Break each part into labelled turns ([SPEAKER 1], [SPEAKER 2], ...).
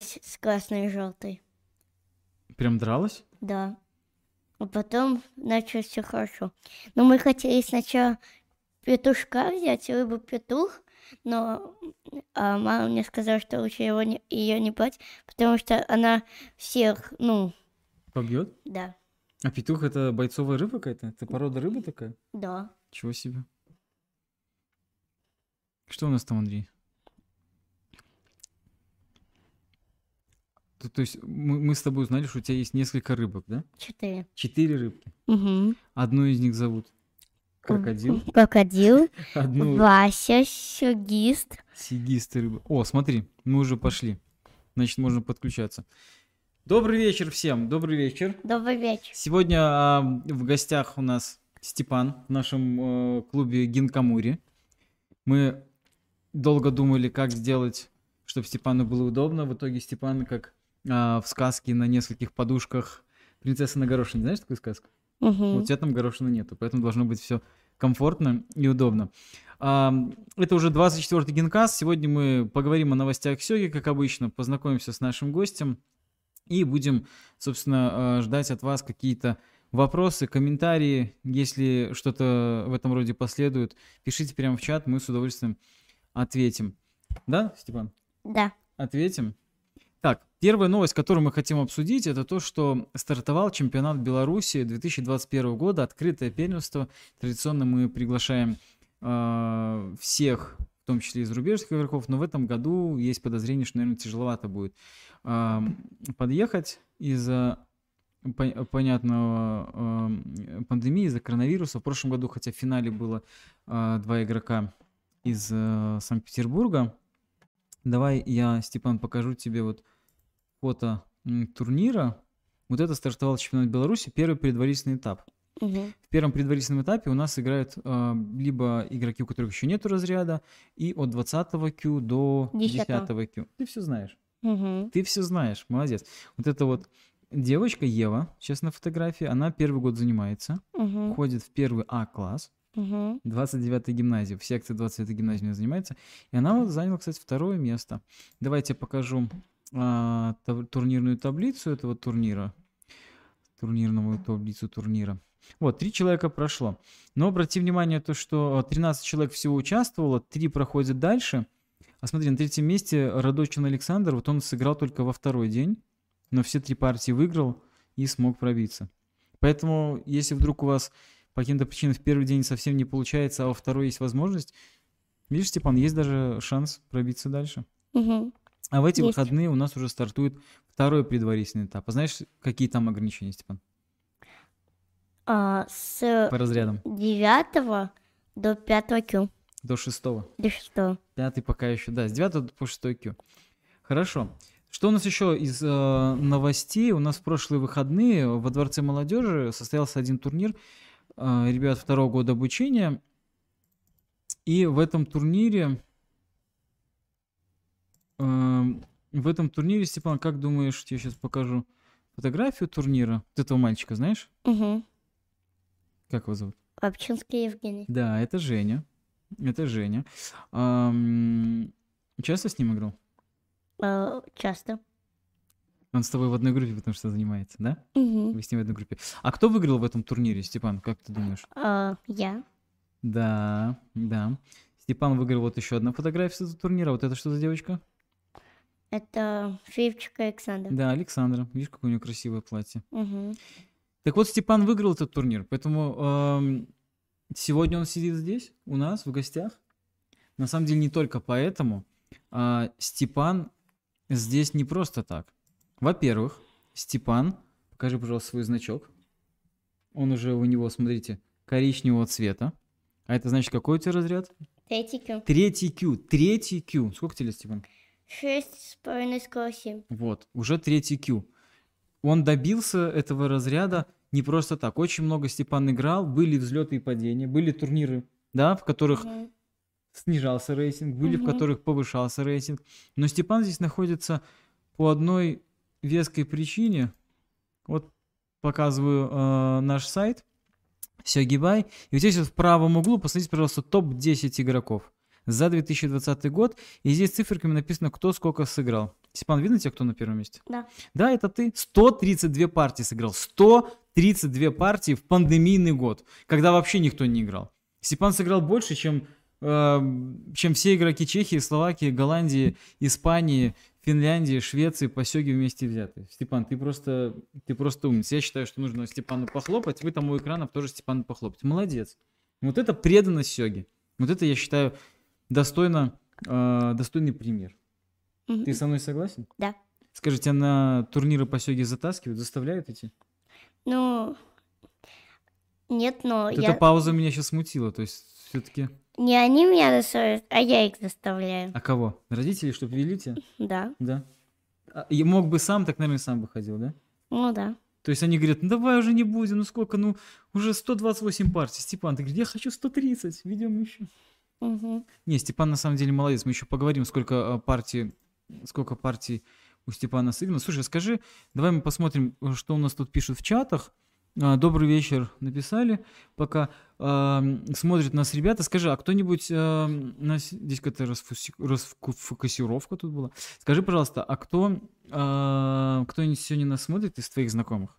[SPEAKER 1] с красной и желтой.
[SPEAKER 2] Прям дралась?
[SPEAKER 1] Да. А потом началось все хорошо. Но мы хотели сначала петушка взять, рыбу петух, но а мама мне сказала, что лучше его не, ее не брать, потому что она всех, ну,
[SPEAKER 2] Побьет?
[SPEAKER 1] да,
[SPEAKER 2] А петух это бойцовая рыба какая-то? Это порода рыбы такая?
[SPEAKER 1] да.
[SPEAKER 2] Чего себе. Что у нас там, Андрей? То, то есть мы, мы с тобой узнали, что у тебя есть несколько рыбок, да?
[SPEAKER 1] Четыре.
[SPEAKER 2] Четыре рыбки.
[SPEAKER 1] Угу.
[SPEAKER 2] Одну из них зовут крокодил,
[SPEAKER 1] Крокодил.
[SPEAKER 2] одну
[SPEAKER 1] Вася, Сюгист.
[SPEAKER 2] сигистая рыба. О, смотри, мы уже пошли. Значит, можно подключаться. Добрый вечер всем, добрый вечер.
[SPEAKER 1] Добрый вечер.
[SPEAKER 2] Сегодня а, в гостях у нас Степан в нашем э, клубе Гинкамури. Мы долго думали, как сделать, чтобы Степану было удобно. В итоге Степан, как а, в сказке на нескольких подушках «Принцесса на горошине». Знаешь такую сказку?
[SPEAKER 1] Угу.
[SPEAKER 2] У тебя там горошины нету, поэтому должно быть все комфортно и удобно. А, это уже 24-й генкас. Сегодня мы поговорим о новостях Сёги, как обычно, познакомимся с нашим гостем и будем, собственно, э, ждать от вас какие-то вопросы, комментарии. Если что-то в этом роде последует, пишите прямо в чат, мы с удовольствием ответим. Да, Степан?
[SPEAKER 1] Да.
[SPEAKER 2] Ответим. Так, первая новость, которую мы хотим обсудить, это то, что стартовал чемпионат Беларуси 2021 года, открытое первенство. Традиционно мы приглашаем э, всех, в том числе и зарубежных игроков, но в этом году есть подозрение, что, наверное, тяжеловато будет э, подъехать из-за пон- понятного э, пандемии, из-за коронавируса. В прошлом году, хотя в финале было э, два игрока из э, Санкт-Петербурга, Давай я, Степан, покажу тебе вот фото м, турнира. Вот это стартовал чемпионат Беларуси, первый предварительный этап.
[SPEAKER 1] Угу.
[SPEAKER 2] В первом предварительном этапе у нас играют э, либо игроки, у которых еще нету разряда, и от 20 кю до 10
[SPEAKER 1] Десятого.
[SPEAKER 2] кю. Ты все знаешь.
[SPEAKER 1] Угу.
[SPEAKER 2] Ты все знаешь, молодец. Вот эта вот девочка Ева, сейчас на фотографии, она первый год занимается,
[SPEAKER 1] Угу.
[SPEAKER 2] ходит в первый А А-класс,
[SPEAKER 1] Угу.
[SPEAKER 2] 29-я гимназия. В секции 29-й гимназии она занимается. И она вот заняла, кстати, второе место. Давайте я покажу а, таб- турнирную таблицу этого турнира. Турнирную таблицу турнира. Вот, три человека прошло. Но обрати внимание, то, что а, 13 человек всего участвовало, три проходят дальше. А смотри, на третьем месте Радочин Александр, вот он сыграл только во второй день, но все три партии выиграл и смог пробиться. Поэтому, если вдруг у вас по каким-то причинам в первый день совсем не получается, а во второй есть возможность. Видишь, Степан, есть даже шанс пробиться дальше.
[SPEAKER 1] Угу.
[SPEAKER 2] А в эти
[SPEAKER 1] Есть.
[SPEAKER 2] выходные у нас уже стартует второй предварительный этап. А знаешь, какие там ограничения, Степан?
[SPEAKER 1] А, с
[SPEAKER 2] По разрядам.
[SPEAKER 1] девятого до пятого кю.
[SPEAKER 2] До шестого.
[SPEAKER 1] До шестого.
[SPEAKER 2] Пятый пока еще. Да, с девятого по шестой кью. Хорошо. Что у нас еще из э, новостей? У нас в прошлые выходные во Дворце молодежи состоялся один турнир э, ребят второго года обучения. И в этом турнире... эм, в этом турнире, Степан, как думаешь, я сейчас покажу фотографию турнира. Вот этого мальчика, знаешь?
[SPEAKER 1] Угу.
[SPEAKER 2] Как его зовут?
[SPEAKER 1] Лапчинский Евгений.
[SPEAKER 2] Да, это Женя. Это Женя. Ам, часто с ним играл?
[SPEAKER 1] А, часто.
[SPEAKER 2] Он с тобой в одной группе, потому что занимается, да?
[SPEAKER 1] Угу.
[SPEAKER 2] Вы с ним в одной группе. А кто выиграл в этом турнире, Степан, как ты думаешь?
[SPEAKER 1] А, я.
[SPEAKER 2] Да, да. Степан выиграл вот еще одна фотография с этого турнира. Вот это что за девочка?
[SPEAKER 1] Это Фивчик Александр.
[SPEAKER 2] Да, Александра. Видишь, какое у нее красивое платье.
[SPEAKER 1] Угу.
[SPEAKER 2] Так вот, Степан выиграл этот турнир, поэтому эм, сегодня он сидит здесь, у нас, в гостях. На самом деле, не только поэтому. а, Степан здесь не просто так. Во-первых, Степан, покажи, пожалуйста, свой значок. Он уже у него, смотрите, коричневого цвета. А это значит, какой у тебя разряд?
[SPEAKER 1] Третий кю.
[SPEAKER 2] Третий Q, третий Q. Сколько тебе лет, Степан?
[SPEAKER 1] Шесть с половиной скоро семь.
[SPEAKER 2] Вот, уже третий Q. Он добился этого разряда не просто так. Очень много Степан играл, были взлеты и падения, были турниры, да, в которых
[SPEAKER 1] Мгм.
[SPEAKER 2] снижался рейтинг, были, в
[SPEAKER 1] Мгм.
[SPEAKER 2] которых повышался рейтинг. Но Степан здесь находится по одной веской причине. Вот показываю э, наш сайт. Все, гибай. И вот здесь вот в правом углу посмотрите, пожалуйста, топ-10 игроков за 2020 год. И здесь циферками написано, кто сколько сыграл. Степан, видно тебя, кто на первом месте?
[SPEAKER 1] Да.
[SPEAKER 2] Да, это ты. 132 партии сыграл. 132 партии в пандемийный год, когда вообще никто не играл. Степан сыграл больше, чем, э, чем все игроки Чехии, Словакии, Голландии, Испании, Финляндии, Швеции, по сёге вместе взяты. Степан, ты просто, ты просто умница. Я считаю, что нужно Степану похлопать. Вы там у экранов тоже Степану похлопать. Молодец. Вот это преданность Сёге. Вот это, я считаю, достойно, э, достойный пример.
[SPEAKER 1] Мгм.
[SPEAKER 2] Ты со мной согласен?
[SPEAKER 1] Да.
[SPEAKER 2] Скажи, тебя на турниры по сёге затаскивают, заставляют идти?
[SPEAKER 1] Ну, нет, но
[SPEAKER 2] Вот
[SPEAKER 1] я...
[SPEAKER 2] Эта пауза меня сейчас смутила, то есть все-таки...
[SPEAKER 1] Не они меня заставляют, а я их заставляю.
[SPEAKER 2] А кого? Родители, чтобы вели тебя?
[SPEAKER 1] Да,
[SPEAKER 2] Да. А, и мог бы сам, так, наверное, сам бы ходил, да?
[SPEAKER 1] ну да.
[SPEAKER 2] То есть они говорят, ну давай уже не будем, ну сколько, ну уже 128 партий. Степан, ты говоришь, я хочу 130, ведем еще.
[SPEAKER 1] Мгм.
[SPEAKER 2] Не, Степан на самом деле молодец. Мы еще поговорим, сколько а, партий, сколько партий у Степана сыграно. Слушай, скажи, давай мы посмотрим, э, что у нас тут пишут в чатах. А, Добрый вечер написали, пока Ам, смотрят нас ребята. Скажи, а кто-нибудь ам, нас- здесь какая-то расфуси- расфокусировка тут была? Скажи, пожалуйста, а кто а, кто-нибудь сегодня нас смотрит из твоих знакомых?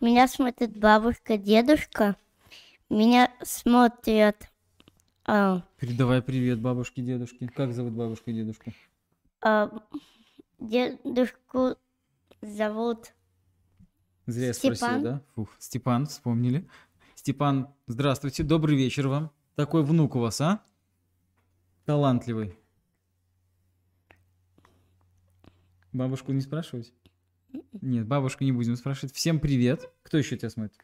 [SPEAKER 1] Меня смотрит бабушка, дедушка. Меня смотрят а,
[SPEAKER 2] Передавай привет бабушке, дедушке. Как зовут бабушку и дедушку?
[SPEAKER 1] а, дедушку зовут
[SPEAKER 2] Зря я спросил,
[SPEAKER 1] Степан.
[SPEAKER 2] да? Фух, Степан, вспомнили. Степан, здравствуйте, добрый вечер вам. Такой внук у вас, а? Талантливый. Бабушку не спрашивать? Нет, бабушку не будем спрашивать. Всем привет. Кто еще тебя смотрит?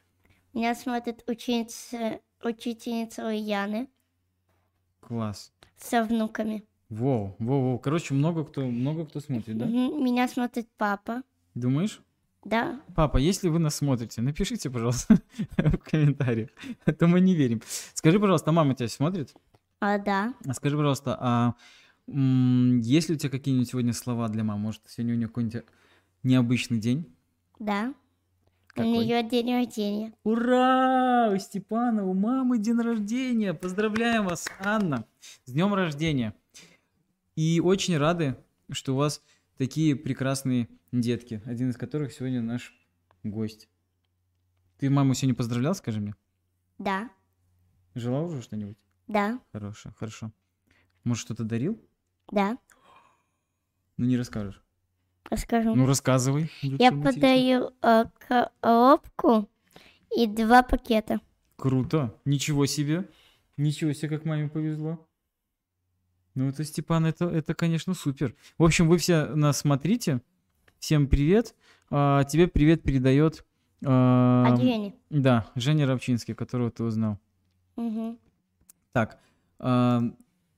[SPEAKER 1] Меня смотрит ученица, учительница Ульяны
[SPEAKER 2] Класс.
[SPEAKER 1] со внуками.
[SPEAKER 2] Воу, воу, воу. Короче, много кто, много кто смотрит, да?
[SPEAKER 1] Мгм. Меня смотрит папа.
[SPEAKER 2] Думаешь?
[SPEAKER 1] Да,
[SPEAKER 2] Папа, если вы нас смотрите, напишите, пожалуйста, в комментариях. А то мы не верим. Скажи, пожалуйста, а мама тебя смотрит?
[SPEAKER 1] а да.
[SPEAKER 2] А скажи, пожалуйста, а м, есть ли у тебя какие-нибудь сегодня слова для мамы? Может, сегодня у нее какой-нибудь необычный день?
[SPEAKER 1] Да.
[SPEAKER 2] Какой?
[SPEAKER 1] У нее день рождения.
[SPEAKER 2] Ура! У Степана, у мамы день рождения! Поздравляем вас, Анна! С днем рождения! И очень рады, что у вас такие прекрасные детки, один из которых сегодня наш гость. Ты маму сегодня поздравлял, скажи мне?
[SPEAKER 1] Да,
[SPEAKER 2] Желал уже что-нибудь?
[SPEAKER 1] да,
[SPEAKER 2] Хорошо, хорошо. Может, что-то дарил?
[SPEAKER 1] да.
[SPEAKER 2] Ну, не расскажешь.
[SPEAKER 1] Расскажу.
[SPEAKER 2] Ну, рассказывай. Вдруг
[SPEAKER 1] Я
[SPEAKER 2] всем интересно.
[SPEAKER 1] подарю э, коробку и два пакета.
[SPEAKER 2] Круто. Ничего себе. Ничего себе, как маме повезло. Ну, это, Степан, это, это, конечно, супер. В общем, вы все нас смотрите. Всем привет. А, тебе привет передает...
[SPEAKER 1] А
[SPEAKER 2] а,
[SPEAKER 1] Жене?
[SPEAKER 2] да, Женя Рабчинский, которого ты узнал.
[SPEAKER 1] Мгм.
[SPEAKER 2] Так, а,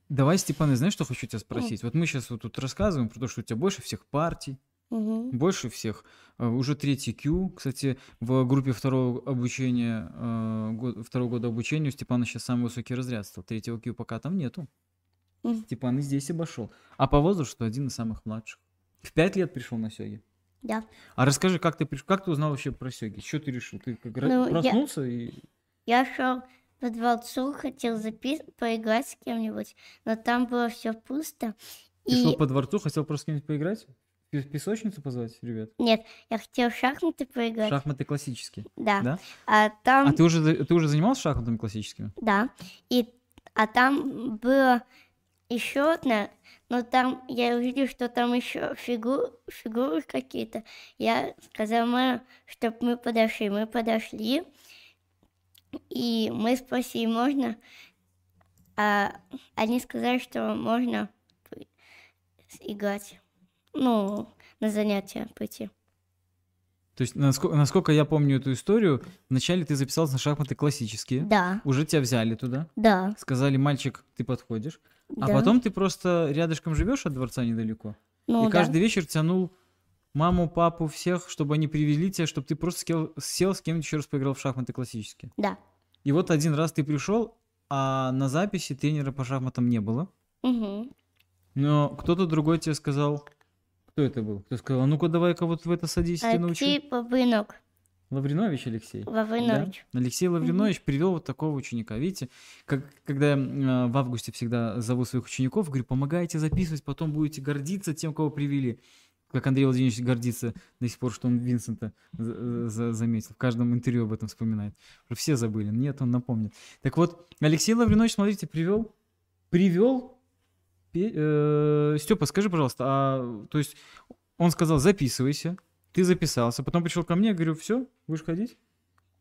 [SPEAKER 2] давай, Степан, я знаешь, что хочу тебя спросить? Вот мы сейчас вот тут рассказываем про то, что у тебя больше всех партий,
[SPEAKER 1] Мгм.
[SPEAKER 2] больше всех. Э, Уже третий Q. Кстати, в группе второго обучения, э, го- второго года обучения у Степана сейчас самый высокий разряд стал. Третьего Q пока там нету.
[SPEAKER 1] Мгм.
[SPEAKER 2] Степан и здесь обошел. А по возрасту один из самых младших. В пять лет пришел на Сёги.
[SPEAKER 1] Да.
[SPEAKER 2] А расскажи, как ты приш... как ты узнал вообще про Сёги? Что ты решил? Ты как раз
[SPEAKER 1] Ну, я-
[SPEAKER 2] проснулся и
[SPEAKER 1] Я шел по дворцу, хотел запис... поиграть с кем-нибудь, но там было все пусто.
[SPEAKER 2] ты
[SPEAKER 1] И
[SPEAKER 2] шел по дворцу, хотел просто с кем-нибудь поиграть? Пе- Песочницу позвать, ребят?
[SPEAKER 1] нет, я хотел в шахматы поиграть.
[SPEAKER 2] Шахматы классические.
[SPEAKER 1] Да.
[SPEAKER 2] да?
[SPEAKER 1] А там,
[SPEAKER 2] А ты уже, за- ты уже занимался шахматами классическими?
[SPEAKER 1] да. И а там было еще одна, но там я увидел, что там еще фигу... фигуры какие-то. Я сказал мэру, чтобы мы подошли. Мы подошли, и мы спросили, можно. А они сказали, что можно п- играть. Ну, на занятия пойти.
[SPEAKER 2] То есть, насколько, насколько я помню эту историю, вначале ты записался на шахматы классические,
[SPEAKER 1] Да,
[SPEAKER 2] уже тебя взяли туда,
[SPEAKER 1] да,
[SPEAKER 2] сказали, мальчик, ты подходишь, а
[SPEAKER 1] да.
[SPEAKER 2] потом ты просто рядышком живешь от дворца недалеко,
[SPEAKER 1] ну, да.
[SPEAKER 2] и каждый вечер тянул маму, папу, всех, чтобы они привели тебя, чтобы ты просто скел- сел с кем-нибудь еще раз поиграл в шахматы классические.
[SPEAKER 1] Да.
[SPEAKER 2] И вот один раз ты пришел, а на записи тренера по шахматам не было,
[SPEAKER 1] Мгм.
[SPEAKER 2] но кто-то другой тебе сказал, кто это был, кто сказал, «А ну-ка давай-ка вот в это садись,
[SPEAKER 1] А
[SPEAKER 2] ты научи.
[SPEAKER 1] ты бобынок.
[SPEAKER 2] Лавринович Алексей.
[SPEAKER 1] Вавринович.
[SPEAKER 2] Да. Алексей Лавринович привел вот такого ученика. Видите, как, когда я м, э, в августе всегда зову своих учеников, говорю, помогайте записывать, потом будете гордиться тем, кого привели. Как Андрей Владимирович гордится до сих пор, что он Винсента за- за- заметил. В каждом интервью об этом вспоминает. Уже все забыли. Нет, он напомнит. Так вот, Алексей Лавринович, смотрите, привел, привел Степа, э, скажи, пожалуйста, а, то есть он сказал, записывайся, ты записался, потом пришел ко мне, говорю, все, будешь ходить?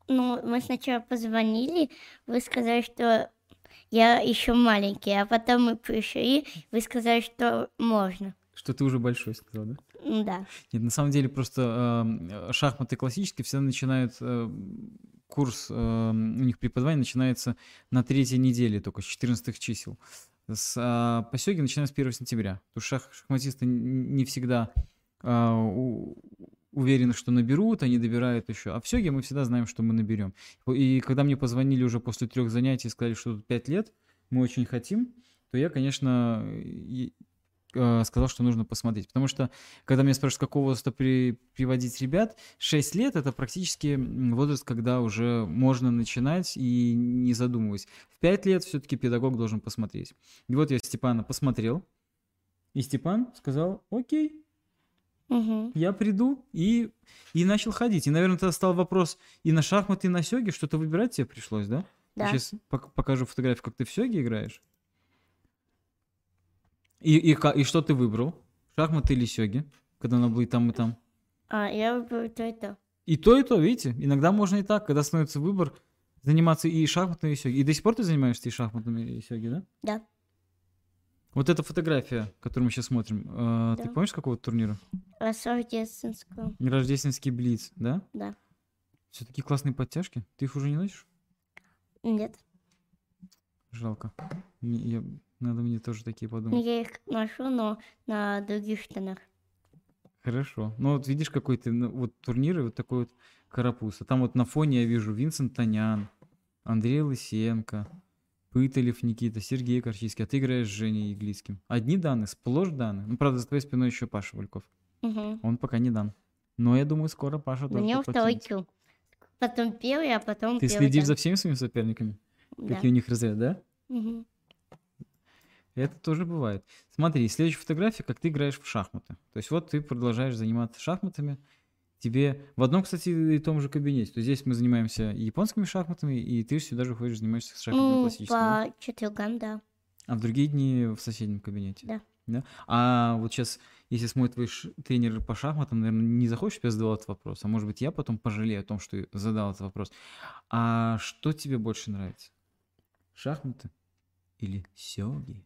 [SPEAKER 1] Ну, мы сначала позвонили, вы сказали, что я еще маленький, а потом мы пришли, вы сказали, что можно.
[SPEAKER 2] Что ты уже большой сказал, да?
[SPEAKER 1] Да.
[SPEAKER 2] Нет, на самом деле просто эм, э, шахматы классические всегда начинают э, курс, эм, у них преподавание начинается на третьей неделе только, с 14 чисел. С а, посёги начинаем с 1 сентября. Потому что шах- шахматисты н- не всегда а, у- уверены, что наберут, они добирают еще. А посёги мы всегда знаем, что мы наберем. И когда мне позвонили уже после трех занятий и сказали, что тут 5 лет, мы очень хотим, то я, конечно, и- э, сказал, что нужно посмотреть. Потому что когда меня спрашивают, с какого возраста при- приводить ребят, 6 лет это практически м, возраст, когда уже можно начинать и не задумываясь. В 5 лет все-таки педагог должен посмотреть. И вот я Степана посмотрел, и Степан сказал, окей,
[SPEAKER 1] Мгм.
[SPEAKER 2] я приду, и, и начал ходить. И, наверное, тогда стал вопрос и на шахматы, и на сёги, что-то выбирать тебе пришлось, да?
[SPEAKER 1] Да.
[SPEAKER 2] Сейчас покажу фотографию, как ты в сёге играешь. И, и, ка- и что ты выбрал? Шахматы или сёги? Когда она была и там, и там.
[SPEAKER 1] А, я выберу то и то.
[SPEAKER 2] И то, и то, видите? Иногда можно и так, когда становится выбор, заниматься и шахматными, и сёги. И до сих пор ты занимаешься и шахматными, и сёги, да?
[SPEAKER 1] Да.
[SPEAKER 2] Вот эта фотография, которую мы сейчас смотрим, э, ты
[SPEAKER 1] Да.
[SPEAKER 2] помнишь какого-то турнира?
[SPEAKER 1] Рассор детственского.
[SPEAKER 2] Рождественский Блиц, да?
[SPEAKER 1] Да.
[SPEAKER 2] Все такие классные подтяжки. Ты их уже не носишь?
[SPEAKER 1] Нет.
[SPEAKER 2] Жалко. Мне- я- Надо мне тоже такие
[SPEAKER 1] Ну,
[SPEAKER 2] подумать.
[SPEAKER 1] Я их ношу, но на других штанах.
[SPEAKER 2] Хорошо. Ну вот видишь, какой ты ну, вот турнир и вот такой вот карапуз. А там вот на фоне я вижу Винсент Тонян, Андрей Лысенко, Пыталев Никита, Сергей Корчийский. А ты играешь с Женей Иглицким. Одни данные, сплошь данные. Ну, правда, за твоей спиной еще Паша Вальков.
[SPEAKER 1] Угу.
[SPEAKER 2] Он пока не дан. Но я думаю, скоро Паша
[SPEAKER 1] У
[SPEAKER 2] тоже
[SPEAKER 1] меня второй кю.
[SPEAKER 2] подтянется.
[SPEAKER 1] Потом первый, а потом
[SPEAKER 2] Ты
[SPEAKER 1] первый
[SPEAKER 2] следишь
[SPEAKER 1] дан.
[SPEAKER 2] за всеми своими соперниками?
[SPEAKER 1] Да.
[SPEAKER 2] Какие у них разряды, да?
[SPEAKER 1] Мгм.
[SPEAKER 2] Это тоже бывает. Смотри, следующая фотография, как ты играешь в шахматы. То есть вот ты продолжаешь заниматься шахматами. Тебе в одном, кстати, и том же кабинете. То есть здесь мы занимаемся и японскими шахматами, и ты сюда же ходишь, занимаешься шахматами
[SPEAKER 1] Ну,
[SPEAKER 2] классическими.
[SPEAKER 1] по четвергам, да.
[SPEAKER 2] А в другие дни в соседнем кабинете.
[SPEAKER 1] Да.
[SPEAKER 2] А вот сейчас, если смотрит твой ш- тренер по шахматам, наверное, не захочешь, чтобы я задавал этот вопрос. А может быть, я потом пожалею о том, что задал этот вопрос. А что тебе больше нравится? Шахматы или сёги?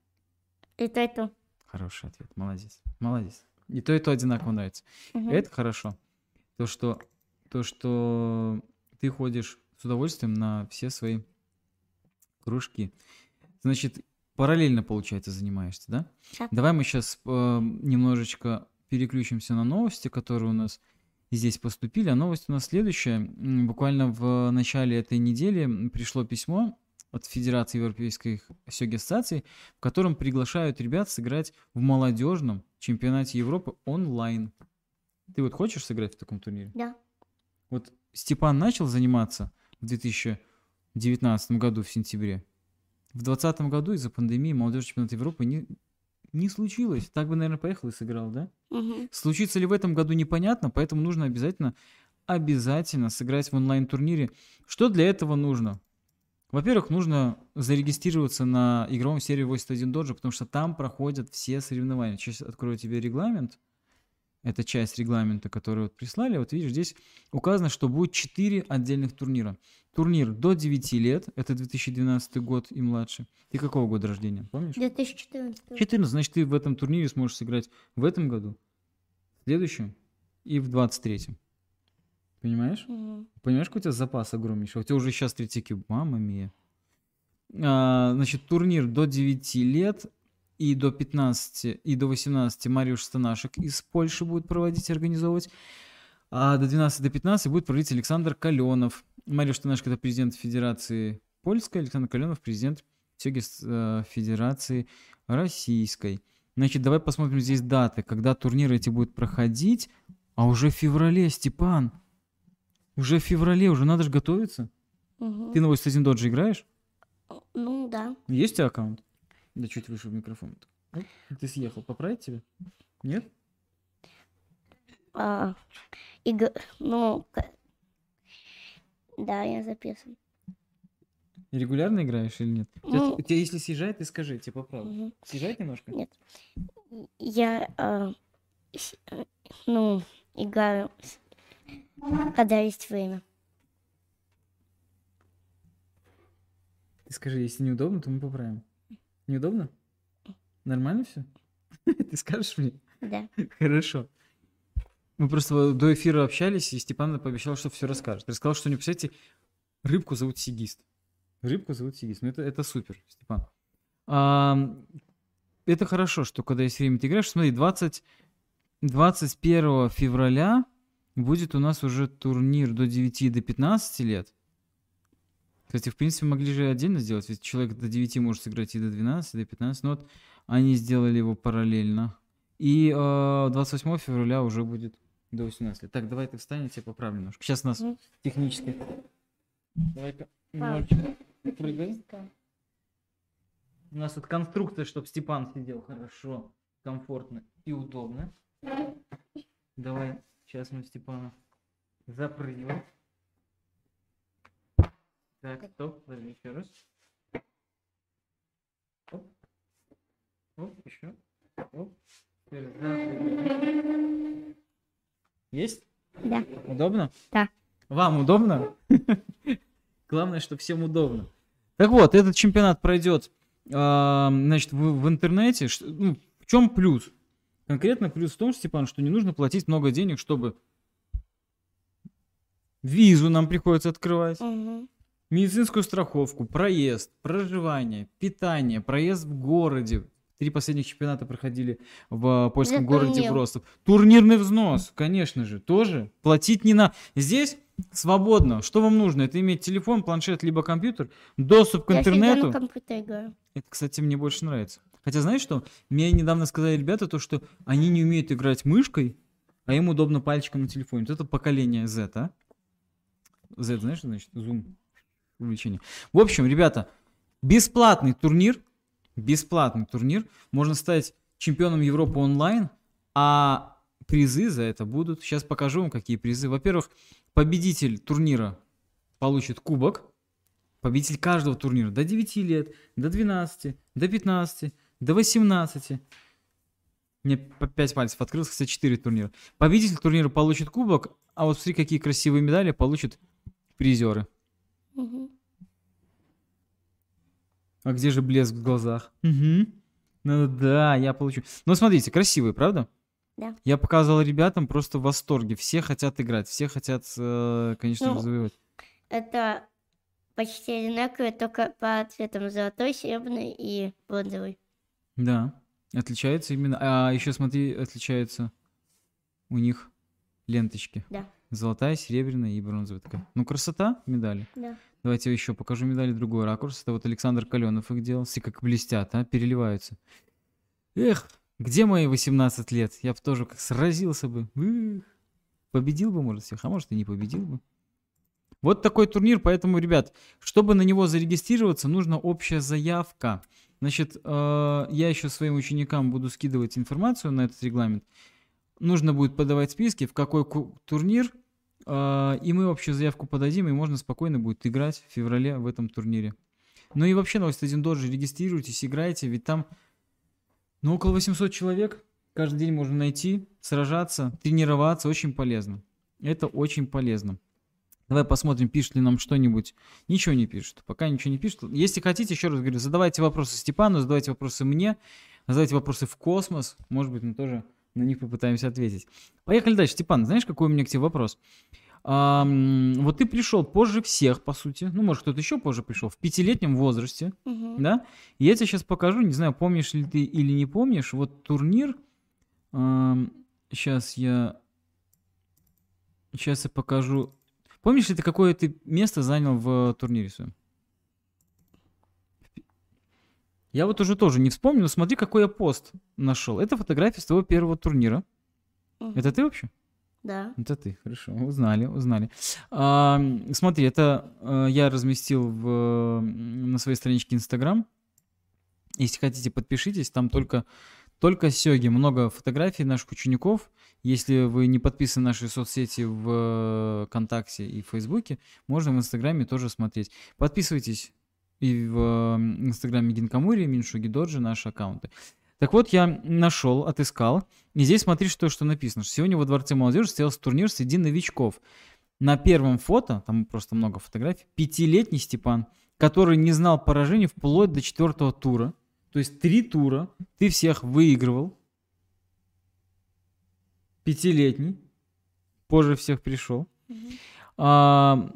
[SPEAKER 1] И то, и то.
[SPEAKER 2] Хороший ответ. Молодец. Молодец. И то, и то одинаково нравится.
[SPEAKER 1] Мгм.
[SPEAKER 2] Это хорошо. То, что, то, что ты ходишь с удовольствием на все свои кружки. Значит, параллельно, получается, занимаешься, да?
[SPEAKER 1] Да.
[SPEAKER 2] Давай мы сейчас немножечко переключимся на новости, которые у нас здесь поступили. А новость у нас следующая. М, Буквально в начале этой недели м, пришло письмо от Федерации Европейских сёги ассоциаций, в котором приглашают ребят сыграть в молодежном чемпионате Европы онлайн. Ты вот хочешь сыграть в таком турнире?
[SPEAKER 1] Да.
[SPEAKER 2] Вот Степан начал заниматься в 2019 году в сентябре. В 2020 году из-за пандемии молодежь чемпионата Европы не, не случилось. Так бы, наверное, поехал и сыграл, да?
[SPEAKER 1] Мгм.
[SPEAKER 2] Случится ли в этом году, непонятно, поэтому нужно обязательно, обязательно сыграть в онлайн-турнире. Что для этого нужно? Во-первых, нужно зарегистрироваться на игровом сервере 81 Доджа, потому что там проходят все соревнования. Сейчас открою тебе регламент. Это часть регламента, который вот прислали. Вот видишь, здесь указано, что будет 4 отдельных турнира. Турнир до 9 лет, это 2012 год и младше. Ты какого года рождения, помнишь?
[SPEAKER 1] 2014.
[SPEAKER 2] 14, значит, ты в этом турнире сможешь сыграть в этом году, в следующем и в 23-м. Понимаешь?
[SPEAKER 1] Мгм.
[SPEAKER 2] Понимаешь, какой у тебя запас огромнейший? У тебя уже сейчас третий куб. Мама мия. А, значит, турнир до 9 лет и до 15, и до 18 Мариуш Станашек из Польши будет проводить и организовывать. А до 12 до 15 будет проводить Александр Каленов. Мариуш Станашек это президент Федерации Польской, Александр Каленов президент Сёги Федерации Российской. Значит, давай посмотрим здесь даты, когда турниры эти будут проходить. А уже в феврале, Степан, Уже в феврале, уже надо же готовиться.
[SPEAKER 1] Мгм.
[SPEAKER 2] Ты на 81 доджи играешь?
[SPEAKER 1] Ну да.
[SPEAKER 2] Есть у тебя аккаунт? Да чуть выше в микрофон. Оп, Ты съехал, поправить тебя? Нет?
[SPEAKER 1] А, иг- Ну, к- да, я записан.
[SPEAKER 2] И Регулярно играешь или нет? У тебя-
[SPEAKER 1] Ну-
[SPEAKER 2] у тебя если съезжает, ты скажи, тебе поправлю.
[SPEAKER 1] Мгм.
[SPEAKER 2] Съезжает немножко?
[SPEAKER 1] Нет. Я, а, с- э, ну, играю, с- когда есть время.
[SPEAKER 2] Ты скажи, если неудобно, то мы поправим. Неудобно? Нормально все? Ты скажешь мне?
[SPEAKER 1] Да.
[SPEAKER 2] Хорошо. Мы просто вот до эфира общались, и Степан пообещал, что все расскажет. Рассказал, что не представляете, рыбку зовут Сигист. Рыбку зовут Сигист. Ну, это, это супер, Степан. Ам, А, это хорошо, что когда есть время, ты играешь. Смотри, 20, 21 февраля будет у нас уже турнир до 9 и до 15 лет. Кстати, в принципе, могли же отдельно сделать, ведь человек до 9 может сыграть и до 12, и до 15, но вот они сделали его параллельно. И э, 28 февраля уже будет до 18 лет. Так, давай ты встань, я тебя поправлю немножко. Сейчас у нас
[SPEAKER 1] Мгм.
[SPEAKER 2] технически. Давай-ка,
[SPEAKER 1] Пау.
[SPEAKER 2] немножечко прыгай. У нас тут конструкция, чтобы Степан сидел хорошо, комфортно и удобно. Давай, сейчас мы Степана запрыгиваем. Так, стоп, подожди, еще раз. Оп. Оп, еще. Оп. Теперь запрыгиваем. Есть?
[SPEAKER 1] Да.
[SPEAKER 2] Удобно?
[SPEAKER 1] Да.
[SPEAKER 2] Вам удобно? Главное, что всем удобно. Так вот, этот чемпионат пройдет, а, значит, в, в интернете. Ш- ну, в чем плюс? Конкретно плюс в том, Степан, что не нужно платить много денег, чтобы визу нам приходится открывать,
[SPEAKER 1] Мгм.
[SPEAKER 2] медицинскую страховку, проезд, проживание, питание, проезд в городе. Три последних чемпионата проходили в а, польском
[SPEAKER 1] За
[SPEAKER 2] городе
[SPEAKER 1] турнир.
[SPEAKER 2] Врослав. Турнирный взнос, конечно же, тоже платить не на. Здесь свободно. Что вам нужно? Это иметь телефон, планшет либо компьютер, доступ к
[SPEAKER 1] Я всегда
[SPEAKER 2] интернету.
[SPEAKER 1] на компьютере играю.
[SPEAKER 2] Это, кстати, мне больше нравится. Хотя, знаешь что? Мне недавно сказали ребята то, что они не умеют играть мышкой, а им удобно пальчиком на телефоне. Вот это поколение Z, а? Z, знаешь, что значит? Зум. Увлечение. В общем, ребята, бесплатный турнир. Бесплатный турнир. Можно стать чемпионом Европы онлайн, а призы за это будут. Сейчас покажу вам, какие призы. Во-первых, победитель турнира получит кубок. Победитель каждого турнира до 9 лет, до 12, до 15, до 18. Мне 5 пальцев открылось, кстати, 4 турнира. Победитель турнира получит кубок, а вот смотри, какие красивые медали получат призеры.
[SPEAKER 1] Мгм.
[SPEAKER 2] А где же блеск в глазах? Мгм. Ну да, я получу. Ну смотрите, красивые, правда?
[SPEAKER 1] Да.
[SPEAKER 2] Я показывал ребятам просто в восторге. Все хотят играть, все хотят, э, конечно же,
[SPEAKER 1] Ну,
[SPEAKER 2] завоевать.
[SPEAKER 1] Это почти одинаковые, только по цветам золотой, серебряный и бронзовый.
[SPEAKER 2] Да, отличаются именно. А еще смотри, отличаются у них ленточки.
[SPEAKER 1] Да.
[SPEAKER 2] Золотая, серебряная и бронзовая такая. Ну, красота медали.
[SPEAKER 1] Да.
[SPEAKER 2] Давайте я еще покажу медали другой ракурс. Это вот Александр Каленов их делал. Все как блестят, а, переливаются. Эх, где мои 18 лет? Я бы тоже как сразился бы. Эх. Победил бы, может, всех, а может и не победил бы. Вот такой турнир, поэтому, ребят, чтобы на него зарегистрироваться, нужна общая заявка. Значит, э, я еще своим ученикам буду скидывать информацию на этот регламент. Нужно будет подавать списки, в какой ку- турнир, э, и мы общую заявку подадим, и можно спокойно будет играть в феврале в этом турнире. Ну и вообще на 1 Доджи регистрируйтесь, играйте, ведь там ну, около 800 человек. Каждый день можно найти, сражаться, тренироваться. Очень полезно. Это очень полезно. Давай посмотрим, пишет ли нам что-нибудь. Ничего не пишет. Пока ничего не пишет. Если хотите, еще раз говорю, задавайте вопросы Степану, задавайте вопросы мне, задавайте вопросы в космос. Может быть, мы тоже на них попытаемся ответить. Поехали дальше. Степан, знаешь, какой у меня к тебе вопрос? Ам, вот ты пришел позже всех, по сути. Ну, может, кто-то еще позже пришел. В пятилетнем возрасте
[SPEAKER 1] Мгм.
[SPEAKER 2] да? И Я тебе сейчас покажу, не знаю, помнишь ли ты или не помнишь, вот турнир, сейчас я, сейчас я покажу, помнишь ли ты, какое ты место занял в э, турнире своем? Я вот уже тоже не вспомню, но смотри, какой я пост нашел. Это фотография с твоего первого турнира.
[SPEAKER 1] Мгм.
[SPEAKER 2] Это ты вообще?
[SPEAKER 1] Да.
[SPEAKER 2] Это ты, хорошо, узнали, узнали. А, м, смотри, это э, я разместил в, э, м, на своей страничке Инстаграм. Если хотите, подпишитесь, там только, только сёги, много фотографий наших учеников. Если вы не подписаны на наши соцсети в э, ВКонтакте и Фейсбуке, можно в Инстаграме тоже смотреть. Подписывайтесь и в э, м, Инстаграме Гинкамури, Миншуги Доджи, наши аккаунты. Так вот, я нашел, отыскал, и здесь смотри, что, что написано. что Сегодня во Дворце молодежи состоялся турнир среди новичков. На первом фото, там просто много фотографий, пятилетний Степан, который не знал поражений вплоть до четвертого тура. То есть три тура ты всех выигрывал. Пятилетний. Позже всех пришел. А,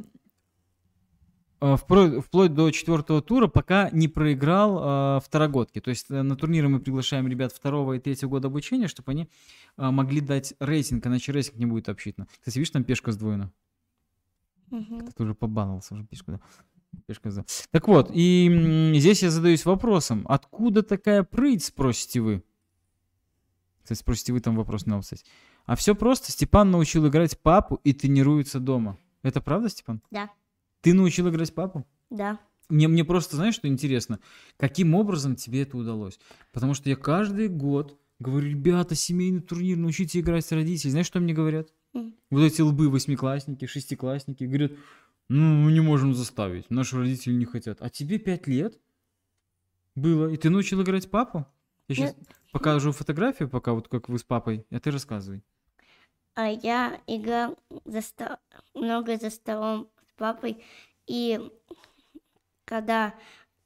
[SPEAKER 2] а, впро- вплоть до четвертого тура, пока не проиграл а, второгодки. То есть э, на турниры мы приглашаем ребят второго и третьего года обучения, чтобы они а, могли дать рейтинг, иначе рейтинг не будет общительно. Кстати, видишь, там пешка сдвоена.
[SPEAKER 1] Мгм.
[SPEAKER 2] Ты уже побаловался, уже пешку дал. Пешка сдал. Так вот, и м, здесь я задаюсь вопросом, откуда такая прыть, спросите вы? Кстати, спросите вы там вопрос не надо писать. А все просто, Степан научил играть папу и тренируется дома. Это правда, Степан?
[SPEAKER 1] Да.
[SPEAKER 2] Ты научил играть папу?
[SPEAKER 1] Да.
[SPEAKER 2] Мне, мне просто, знаешь, что интересно? Каким образом тебе это удалось? Потому что я каждый год говорю, ребята, семейный турнир, научите играть с родителями. Знаешь, что мне говорят?
[SPEAKER 1] Мгм.
[SPEAKER 2] Вот эти лбы восьмиклассники, шестиклассники говорят, ну, мы не можем заставить, наши родители не хотят. А тебе пять лет было, и ты научил играть папу? Я сейчас покажу фотографию пока, вот как вы с папой, а ты рассказывай.
[SPEAKER 1] А я играл за ста- много за столом с папой. И когда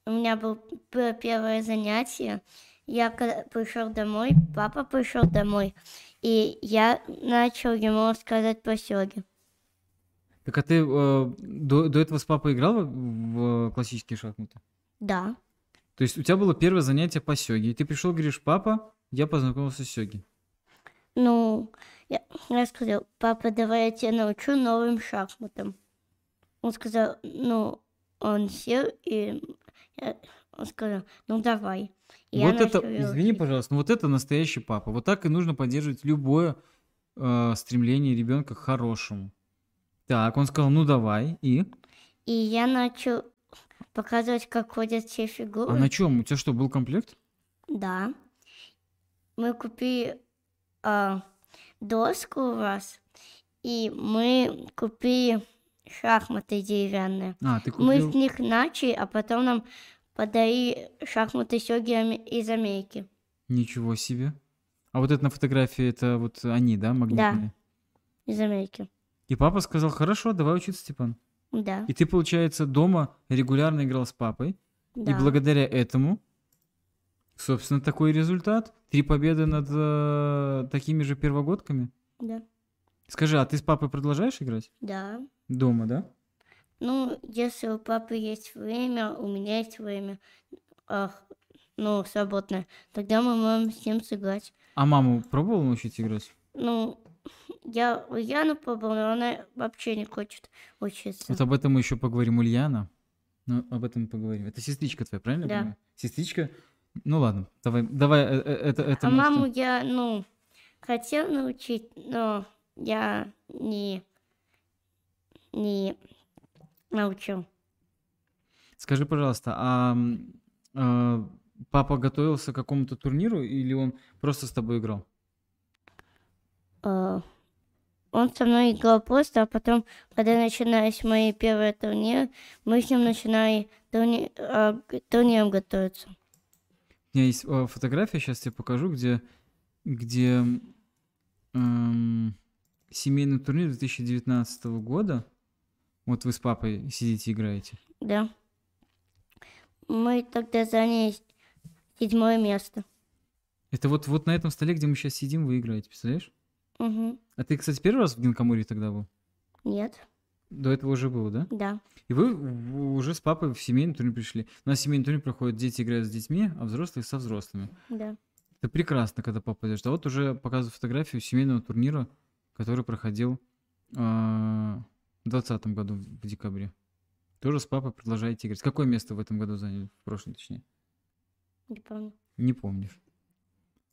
[SPEAKER 1] у меня был- было первое занятие, я когда пришел домой, папа пришел домой, и я начал ему рассказать про сёги.
[SPEAKER 2] Так а ты э, до, до этого с папой играл в- в классические шахматы?
[SPEAKER 1] Да,
[SPEAKER 2] То есть у тебя было первое занятие по сёге, и ты пришел, говоришь, папа, я познакомился с сёги.
[SPEAKER 1] ну, я, я сказал, папа, давай я тебя научу новым шахматам. Он сказал, ну, он сел, и я- он сказал, ну, давай. И я
[SPEAKER 2] вот это,
[SPEAKER 1] начал его
[SPEAKER 2] извини,
[SPEAKER 1] учить.
[SPEAKER 2] пожалуйста, но вот это настоящий папа. Вот так и нужно поддерживать любое э, стремление ребенка к хорошему. Так, он сказал, ну давай, и?
[SPEAKER 1] И я начал показывать, как ходят все фигуры.
[SPEAKER 2] А на чем? У тебя что, был комплект?
[SPEAKER 1] Да. Мы купили а, доску у вас, и мы купили шахматы деревянные.
[SPEAKER 2] А, ты
[SPEAKER 1] Мы
[SPEAKER 2] купил...
[SPEAKER 1] с них начали, а потом нам подарили шахматы сёги аме- из Америки.
[SPEAKER 2] Ничего себе. А вот это на фотографии, это вот они, да, магнитные?
[SPEAKER 1] Из Америки.
[SPEAKER 2] И папа сказал, хорошо, давай учиться, Степан.
[SPEAKER 1] Да.
[SPEAKER 2] И ты, получается, дома регулярно играл с папой,
[SPEAKER 1] да.
[SPEAKER 2] И благодаря этому, собственно, такой результат. Три победы над э, такими же первогодками.
[SPEAKER 1] Да.
[SPEAKER 2] Скажи, а ты с папой продолжаешь играть?
[SPEAKER 1] Да.
[SPEAKER 2] Дома, да?
[SPEAKER 1] Ну, если у папы есть время, у меня есть время, ах, ну, свободное, тогда мы можем с ним сыграть.
[SPEAKER 2] А маму пробовал научить играть?
[SPEAKER 1] Ну, я Ульяну пробовала, но она вообще не хочет учиться.
[SPEAKER 2] Вот об этом мы еще поговорим, Ульяна. Ну, об этом поговорим. Это сестричка твоя, правильно? я
[SPEAKER 1] Да.
[SPEAKER 2] понимаю? Сестричка. Ну ладно, давай, давай, э, э, это, это
[SPEAKER 1] а
[SPEAKER 2] мы
[SPEAKER 1] маму
[SPEAKER 2] оставим.
[SPEAKER 1] я, ну, хотел научить, но я не, не научил.
[SPEAKER 2] Скажи, пожалуйста, а м, э, папа готовился к какому-то турниру или он просто с тобой играл?
[SPEAKER 1] Э, Он со мной играл просто, а потом, когда начинались мои первые турниры, мы с ним начинали турни... э, к турнирам готовиться.
[SPEAKER 2] У меня есть э, фотография, сейчас тебе покажу, где, где эм, семейный турнир 2019 года. Вот вы с папой сидите играете.
[SPEAKER 1] Да. Мы тогда заняли седьмое место.
[SPEAKER 2] Это вот, вот на этом столе, где мы сейчас сидим, вы играете, представляешь?
[SPEAKER 1] Мгм.
[SPEAKER 2] А ты, кстати, первый раз в Гинкамуре тогда был?
[SPEAKER 1] Нет,
[SPEAKER 2] До этого уже было, да?
[SPEAKER 1] да.
[SPEAKER 2] И вы в- уже с папой в семейный турнир пришли. У нас семейный турнир проходит, дети играют с детьми, а взрослые со взрослыми.
[SPEAKER 1] Да.
[SPEAKER 2] Это прекрасно, когда папа идет. А вот уже показываю фотографию семейного турнира, который проходил э, в 2020 году, в декабре. Тоже с папой продолжаете играть. Какое место в этом году заняли? В прошлом, точнее.
[SPEAKER 1] Не помню.
[SPEAKER 2] Не помнишь.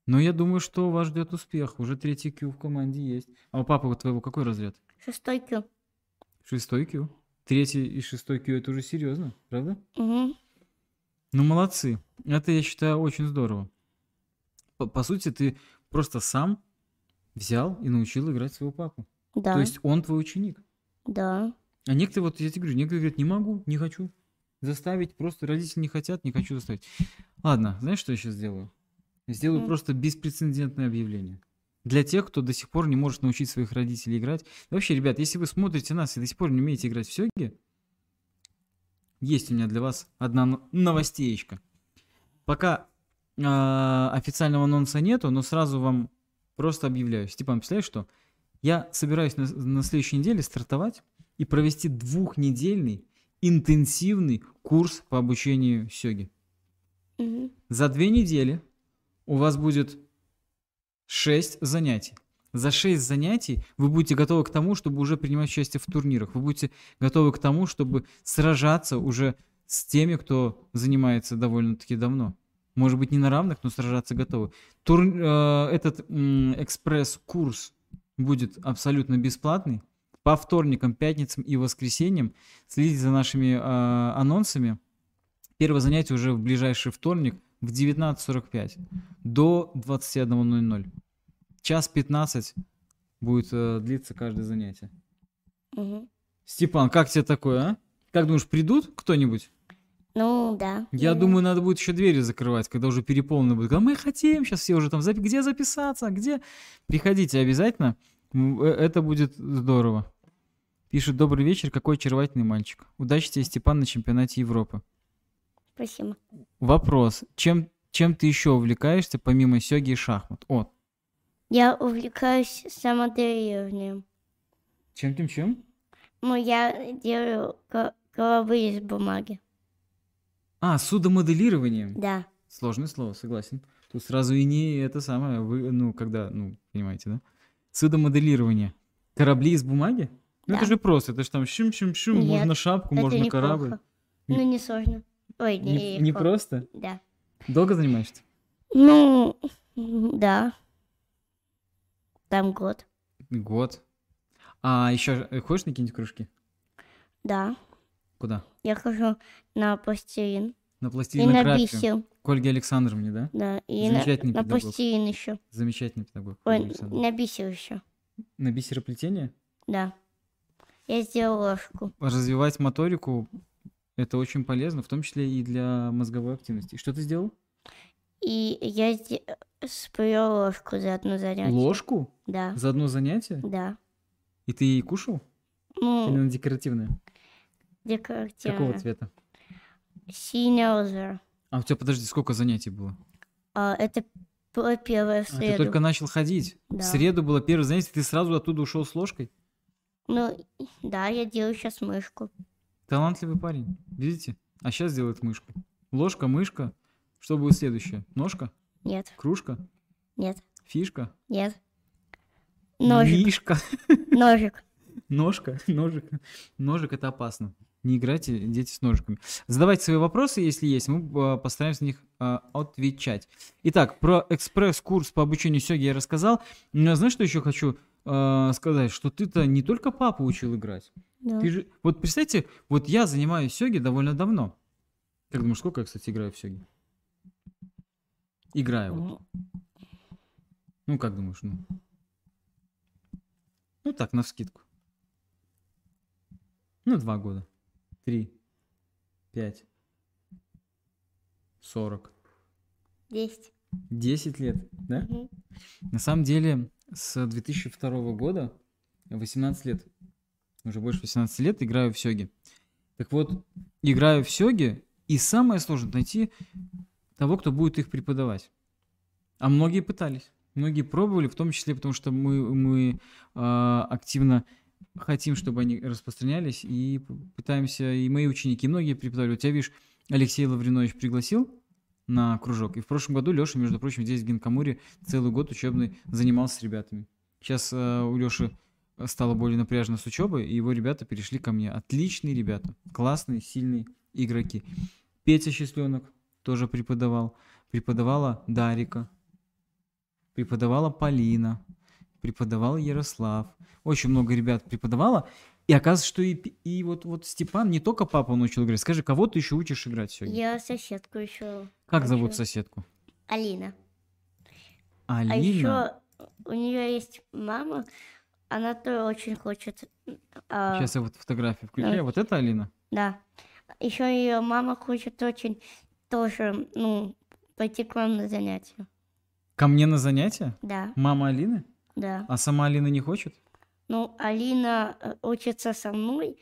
[SPEAKER 2] Но я думаю, что вас ждет успех. Уже третий Q в команде есть. А у папы вот твоего какой разряд?
[SPEAKER 1] Шестой Q.
[SPEAKER 2] Шестой Q. Третий и шестой Q это уже серьезно, правда?
[SPEAKER 1] Мгм.
[SPEAKER 2] Ну, молодцы. Это, я считаю, очень здорово. По, по сути, ты просто сам взял и научил играть своего папу.
[SPEAKER 1] Да,
[SPEAKER 2] То есть он твой ученик.
[SPEAKER 1] да.
[SPEAKER 2] А некоторые, вот я тебе говорю, некоторые говорят, не могу, не хочу заставить, просто родители не хотят, не хочу заставить. Ладно, знаешь, что я сейчас сделаю? Сделаю
[SPEAKER 1] М.
[SPEAKER 2] просто беспрецедентное объявление. Для тех, кто до сих пор не может научить своих родителей играть. Да вообще, ребят, если вы смотрите нас и до сих пор не умеете играть в сёги, есть у меня для вас одна но- новостеечка. Пока а, официального анонса нету, но сразу вам просто объявляю. Степан, представляешь, что? Я собираюсь на, на следующей неделе стартовать и провести двухнедельный интенсивный курс по обучению сёги.
[SPEAKER 1] Мгм.
[SPEAKER 2] За две недели у вас будет 6 занятий. За 6 занятий вы будете готовы к тому, чтобы уже принимать участие в турнирах. Вы будете готовы к тому, чтобы сражаться уже с теми, кто занимается довольно-таки давно. Может быть, не на равных, но сражаться готовы. Тур- э, этот м, экспресс-курс будет абсолютно бесплатный. По вторникам, пятницам и воскресеньям следите за нашими э, анонсами. Первое занятие уже в ближайший вторник в 19.45 до 21.00. Час 15 будет э, длиться каждое занятие.
[SPEAKER 1] Мгм.
[SPEAKER 2] Степан, как тебе такое, а? Как думаешь, придут кто-нибудь?
[SPEAKER 1] Ну, да.
[SPEAKER 2] Я
[SPEAKER 1] наверное.
[SPEAKER 2] думаю, надо будет еще двери закрывать, когда уже переполнено будет. А мы хотим, сейчас все уже там, запи- где записаться, а где? Приходите обязательно, М, э, это будет здорово. Пишет, добрый вечер, какой очаровательный мальчик. Удачи тебе, Степан, на чемпионате Европы.
[SPEAKER 1] Спасибо.
[SPEAKER 2] Вопрос. Чем, чем ты еще увлекаешься, помимо сёги и шахмат? О,
[SPEAKER 1] Я увлекаюсь самодревлением.
[SPEAKER 2] чем тем чем?
[SPEAKER 1] Ну, я делаю го- головы из бумаги.
[SPEAKER 2] А, судомоделированием.
[SPEAKER 1] Да.
[SPEAKER 2] Сложное слово, согласен. Тут сразу и не это самое, вы, ну, когда, ну, понимаете, да? Судомоделирование. Корабли из бумаги? Ну, это
[SPEAKER 1] Да.
[SPEAKER 2] же просто, это же там шим-шим-шим,
[SPEAKER 1] Нет,
[SPEAKER 2] можно шапку,
[SPEAKER 1] Это
[SPEAKER 2] можно
[SPEAKER 1] неплохо.
[SPEAKER 2] корабль. Не-
[SPEAKER 1] Ну, не сложно. Ой, не,
[SPEAKER 2] Не, не
[SPEAKER 1] легко.
[SPEAKER 2] просто?
[SPEAKER 1] Да.
[SPEAKER 2] Долго занимаешься?
[SPEAKER 1] Ну, м, да. Там год.
[SPEAKER 2] Год. А еще ходишь на какие-нибудь кружки?
[SPEAKER 1] Да.
[SPEAKER 2] Куда?
[SPEAKER 1] Я хожу на пластилин.
[SPEAKER 2] На
[SPEAKER 1] И
[SPEAKER 2] пластилинографию.
[SPEAKER 1] на бисер.
[SPEAKER 2] К Ольге Александровне, да?
[SPEAKER 1] Да. И на,
[SPEAKER 2] Замечательный
[SPEAKER 1] на
[SPEAKER 2] педагог.
[SPEAKER 1] пластилин еще.
[SPEAKER 2] Замечательный педагог. Ольга
[SPEAKER 1] Ой,
[SPEAKER 2] Александровна.
[SPEAKER 1] на бисер еще.
[SPEAKER 2] На бисероплетение?
[SPEAKER 1] Да. Я сделал ложку.
[SPEAKER 2] Развивать моторику это очень полезно, в том числе и для мозговой активности. Что ты сделал?
[SPEAKER 1] И я сде- сплел ложку за одно занятие.
[SPEAKER 2] Ложку
[SPEAKER 1] Да.
[SPEAKER 2] за одно занятие?
[SPEAKER 1] Да.
[SPEAKER 2] И ты ей кушал? Или
[SPEAKER 1] Ну,
[SPEAKER 2] она декоративная? Какого
[SPEAKER 1] декоративно.
[SPEAKER 2] цвета?
[SPEAKER 1] Синее озеро.
[SPEAKER 2] А у тебя, подожди, сколько занятий было?
[SPEAKER 1] А, это было первое в
[SPEAKER 2] А, ты
[SPEAKER 1] среду.
[SPEAKER 2] только начал ходить. В
[SPEAKER 1] Да.
[SPEAKER 2] среду было первое занятие, ты сразу оттуда ушел с ложкой?
[SPEAKER 1] Ну, и- да, я делаю сейчас мышку.
[SPEAKER 2] Талантливый парень, видите? А сейчас делает мышку. Ложка, мышка. Что будет следующее? Ножка?
[SPEAKER 1] Нет,
[SPEAKER 2] Кружка?
[SPEAKER 1] нет,
[SPEAKER 2] Фишка?
[SPEAKER 1] нет. Ножик,
[SPEAKER 2] Мишка?
[SPEAKER 1] ножик.
[SPEAKER 2] Ножка, ножик. Ножик это опасно. Не играйте, дети, с ножиками. Задавайте свои вопросы, если есть, мы э, постараемся на них э, отвечать. Итак, про экспресс-курс по обучению сёги я рассказал. Но знаешь, что еще хочу э, сказать? Что ты-то не только папу учил играть.
[SPEAKER 1] Да.
[SPEAKER 2] Ты же, вот представьте, вот я занимаюсь сёги довольно давно. Как думаешь, сколько я, кстати, играю в сёги? Играю. вот.
[SPEAKER 1] М,
[SPEAKER 2] Ну, как думаешь, ну? Ну, так, на вскидку. Ну, два года. Три. Пять. Сорок.
[SPEAKER 1] Десять.
[SPEAKER 2] Десять лет, да?
[SPEAKER 1] Мгм.
[SPEAKER 2] На самом деле, с 2002 года, 18 лет, уже больше 18 лет, играю в сёги. Так вот, играю в сёги, и самое сложное найти того, кто будет их преподавать. А многие пытались, многие пробовали, в том числе потому, что мы, мы а, активно хотим, чтобы они распространялись, и п- пытаемся, и мои ученики, и многие преподавали. У тебя, видишь, Алексей Лавринович пригласил на кружок, и в прошлом году Леша, между прочим, здесь в Генкамуре целый год учебный занимался с ребятами. Сейчас э, у Леши стало более напряжно с учебой, и его ребята перешли ко мне. Отличные ребята, классные, сильные игроки. Петя Счастленок тоже преподавал. Преподавала Дарика. преподавала Полина, преподавал Ярослав. Очень много ребят преподавала. И оказывается, что и, Пи- и вот, вот Степан не только папу научил играть. Скажи, кого ты еще учишь играть сегодня?
[SPEAKER 1] Я соседку еще.
[SPEAKER 2] Как зовут
[SPEAKER 1] Хорошо.
[SPEAKER 2] соседку?
[SPEAKER 1] Алина.
[SPEAKER 2] Алина.
[SPEAKER 1] А еще у нее есть мама, она тоже очень хочет. а,
[SPEAKER 2] Сейчас я вот фотографию включаю. Вот это Алина.
[SPEAKER 1] Да. Еще ее мама хочет очень тоже, ну, пойти к вам на занятия.
[SPEAKER 2] Ко мне на занятия?
[SPEAKER 1] Да,
[SPEAKER 2] Мама Алины?
[SPEAKER 1] да.
[SPEAKER 2] А сама Алина не хочет?
[SPEAKER 1] Ну, Алина э, учится со мной,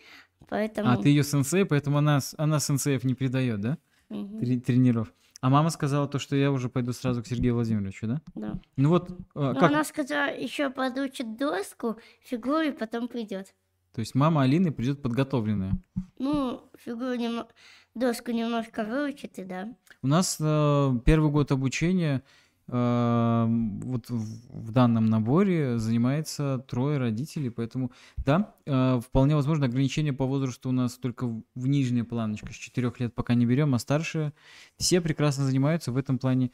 [SPEAKER 1] поэтому...
[SPEAKER 2] А ты ее сенсей, поэтому она, с- она сенсеев не передает, да?
[SPEAKER 1] Мгм,
[SPEAKER 2] Трени- Тренеров. А мама сказала то, что я уже пойду сразу к Сергею Владимировичу, да?
[SPEAKER 1] да.
[SPEAKER 2] Ну вот, э,
[SPEAKER 1] Ну,
[SPEAKER 2] как...
[SPEAKER 1] она сказала, еще подучит доску, фигуру, и потом придет.
[SPEAKER 2] То есть мама Алины придет подготовленная.
[SPEAKER 1] Ну, фигуру немо- доску немножко выучит, и да.
[SPEAKER 2] У нас э, первый год обучения э, вот в в данном наборе занимается трое родителей, поэтому да, э, вполне возможно ограничение по возрасту у нас только в в нижняя планочка с четырех лет пока не берем, а старшие все прекрасно занимаются в этом плане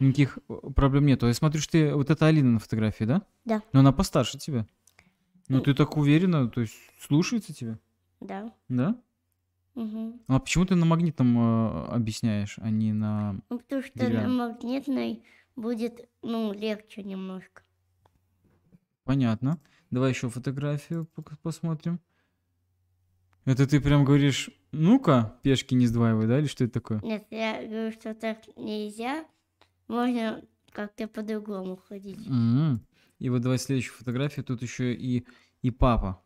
[SPEAKER 2] никаких э, проблем нет. Я смотрю, что ты вот это Алина на фотографии, да?
[SPEAKER 1] Да.
[SPEAKER 2] Но она постарше тебя. Но
[SPEAKER 1] Ну.
[SPEAKER 2] ты так уверена, то есть слушается тебя,
[SPEAKER 1] Да.
[SPEAKER 2] да?
[SPEAKER 1] Мгм.
[SPEAKER 2] А почему ты на магнитном э, объясняешь, а не на
[SPEAKER 1] Ну, потому что на
[SPEAKER 2] Деревянно.
[SPEAKER 1] магнитной будет, ну, легче немножко.
[SPEAKER 2] Понятно. Давай еще фотографию пок- посмотрим. Это ты прям говоришь, ну-ка, пешки не сдваивай, да, или что это такое?
[SPEAKER 1] Нет, я говорю, что так нельзя. Можно как-то по-другому ходить.
[SPEAKER 2] М. М-м. И вот давай следующую фотографию, тут еще и, и папа,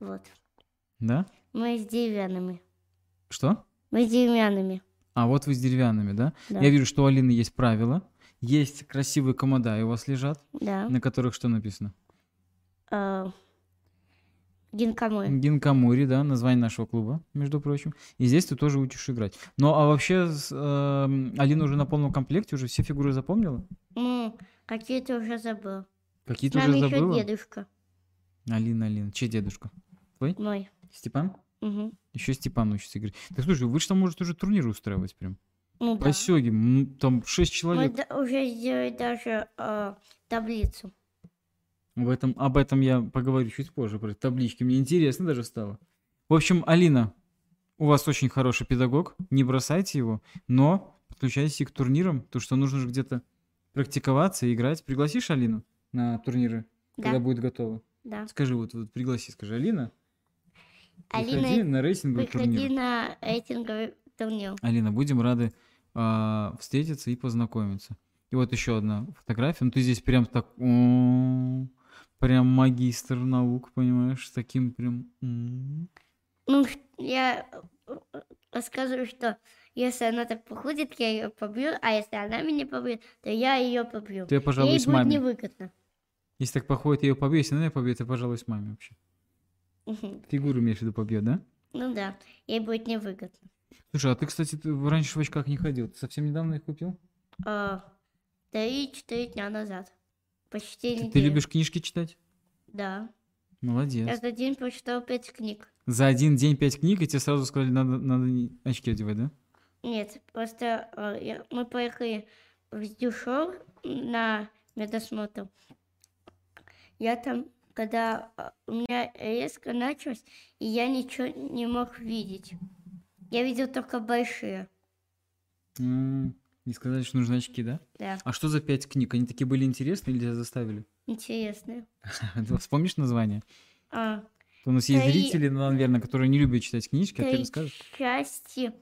[SPEAKER 1] Вот.
[SPEAKER 2] да?
[SPEAKER 1] Мы с деревянными.
[SPEAKER 2] Что?
[SPEAKER 1] Мы с деревянными.
[SPEAKER 2] А вот вы с деревянными, да?
[SPEAKER 1] Да.
[SPEAKER 2] Я вижу, что у Алины есть правила, есть красивые комода у вас лежат,
[SPEAKER 1] Да.
[SPEAKER 2] на которых что написано?
[SPEAKER 1] э, Гинкамой.
[SPEAKER 2] Гинкамури, да, название нашего клуба, между прочим. И здесь ты тоже учишь играть. Ну, а вообще, с, эм, Алина уже на полном комплекте, уже все фигуры запомнила?
[SPEAKER 1] Ну, какие-то уже забыл.
[SPEAKER 2] Какие
[SPEAKER 1] С
[SPEAKER 2] ты
[SPEAKER 1] нами
[SPEAKER 2] уже
[SPEAKER 1] еще
[SPEAKER 2] забыла?
[SPEAKER 1] дедушка
[SPEAKER 2] Алина, Алина. Чей дедушка?
[SPEAKER 1] мой.
[SPEAKER 2] Степан?
[SPEAKER 1] Мгм.
[SPEAKER 2] Еще Степан учится играть. Так слушай, вы же там, может, уже турнир устраивать прям.
[SPEAKER 1] Ну да.
[SPEAKER 2] Посёги, м, там шесть
[SPEAKER 1] Мы
[SPEAKER 2] человек.
[SPEAKER 1] да- уже сделали даже э, таблицу.
[SPEAKER 2] В этом, об этом я поговорю чуть позже, про таблички. Мне интересно даже стало. В общем, Алина, у вас очень хороший педагог, не бросайте его, но подключайтесь и к турнирам, потому что нужно же где-то практиковаться и играть. Пригласишь Алину на турниры, когда
[SPEAKER 1] Да,
[SPEAKER 2] будет готова?
[SPEAKER 1] да.
[SPEAKER 2] Скажи, вот, вот пригласи, скажи, Алина, приходи
[SPEAKER 1] Алина,
[SPEAKER 2] на рейтинговый турнир.
[SPEAKER 1] выходи на рейтинговый турнир.
[SPEAKER 2] Алина, будем рады а, встретиться и познакомиться. И вот еще одна фотография. Ну ты здесь прям так, о, прям магистр наук, понимаешь, с таким прям. м-м. м.
[SPEAKER 1] Ну, ш- я э, э, рассказываю, что если она так походит, я ее побью, а если она меня побьет, то я ее побью.
[SPEAKER 2] То я
[SPEAKER 1] Ей
[SPEAKER 2] пожалуюсь
[SPEAKER 1] будет
[SPEAKER 2] маме.
[SPEAKER 1] невыгодно.
[SPEAKER 2] Если так походит, я ее побью. Если она меня побьет, я пожалуюсь маме вообще.
[SPEAKER 1] Мгм.
[SPEAKER 2] Фигуру имеешь в виду побьет, да?
[SPEAKER 1] Ну да, ей будет невыгодно.
[SPEAKER 2] Слушай, а ты, кстати, ты раньше в очках не ходил. Ты совсем недавно их купил?
[SPEAKER 1] А, Три-четыре дня назад. Почти
[SPEAKER 2] Ты,
[SPEAKER 1] неделю.
[SPEAKER 2] ты любишь книжки читать?
[SPEAKER 1] Да.
[SPEAKER 2] Молодец.
[SPEAKER 1] Я за день прочитал пять книг.
[SPEAKER 2] За один день пять книг, и тебе сразу сказали, надо, надо не- очки одевать, да?
[SPEAKER 1] Нет, просто а, я- мы поехали в Дюшор на медосмотр. Я там, когда а, у меня резко началось, и я ничего не мог видеть. Я видел только большие.
[SPEAKER 2] М, М-м. Не сказали, что нужны очки, да?
[SPEAKER 1] Да,
[SPEAKER 2] А что за пять книг? Они такие были интересные или тебя заставили?
[SPEAKER 1] интересные.
[SPEAKER 2] Ты Вспомнишь название?
[SPEAKER 1] А,
[SPEAKER 2] У нас есть
[SPEAKER 1] Три-
[SPEAKER 2] зрители, наверное, которые не любят читать книжки, а ты
[SPEAKER 1] три
[SPEAKER 2] расскажешь.
[SPEAKER 1] части.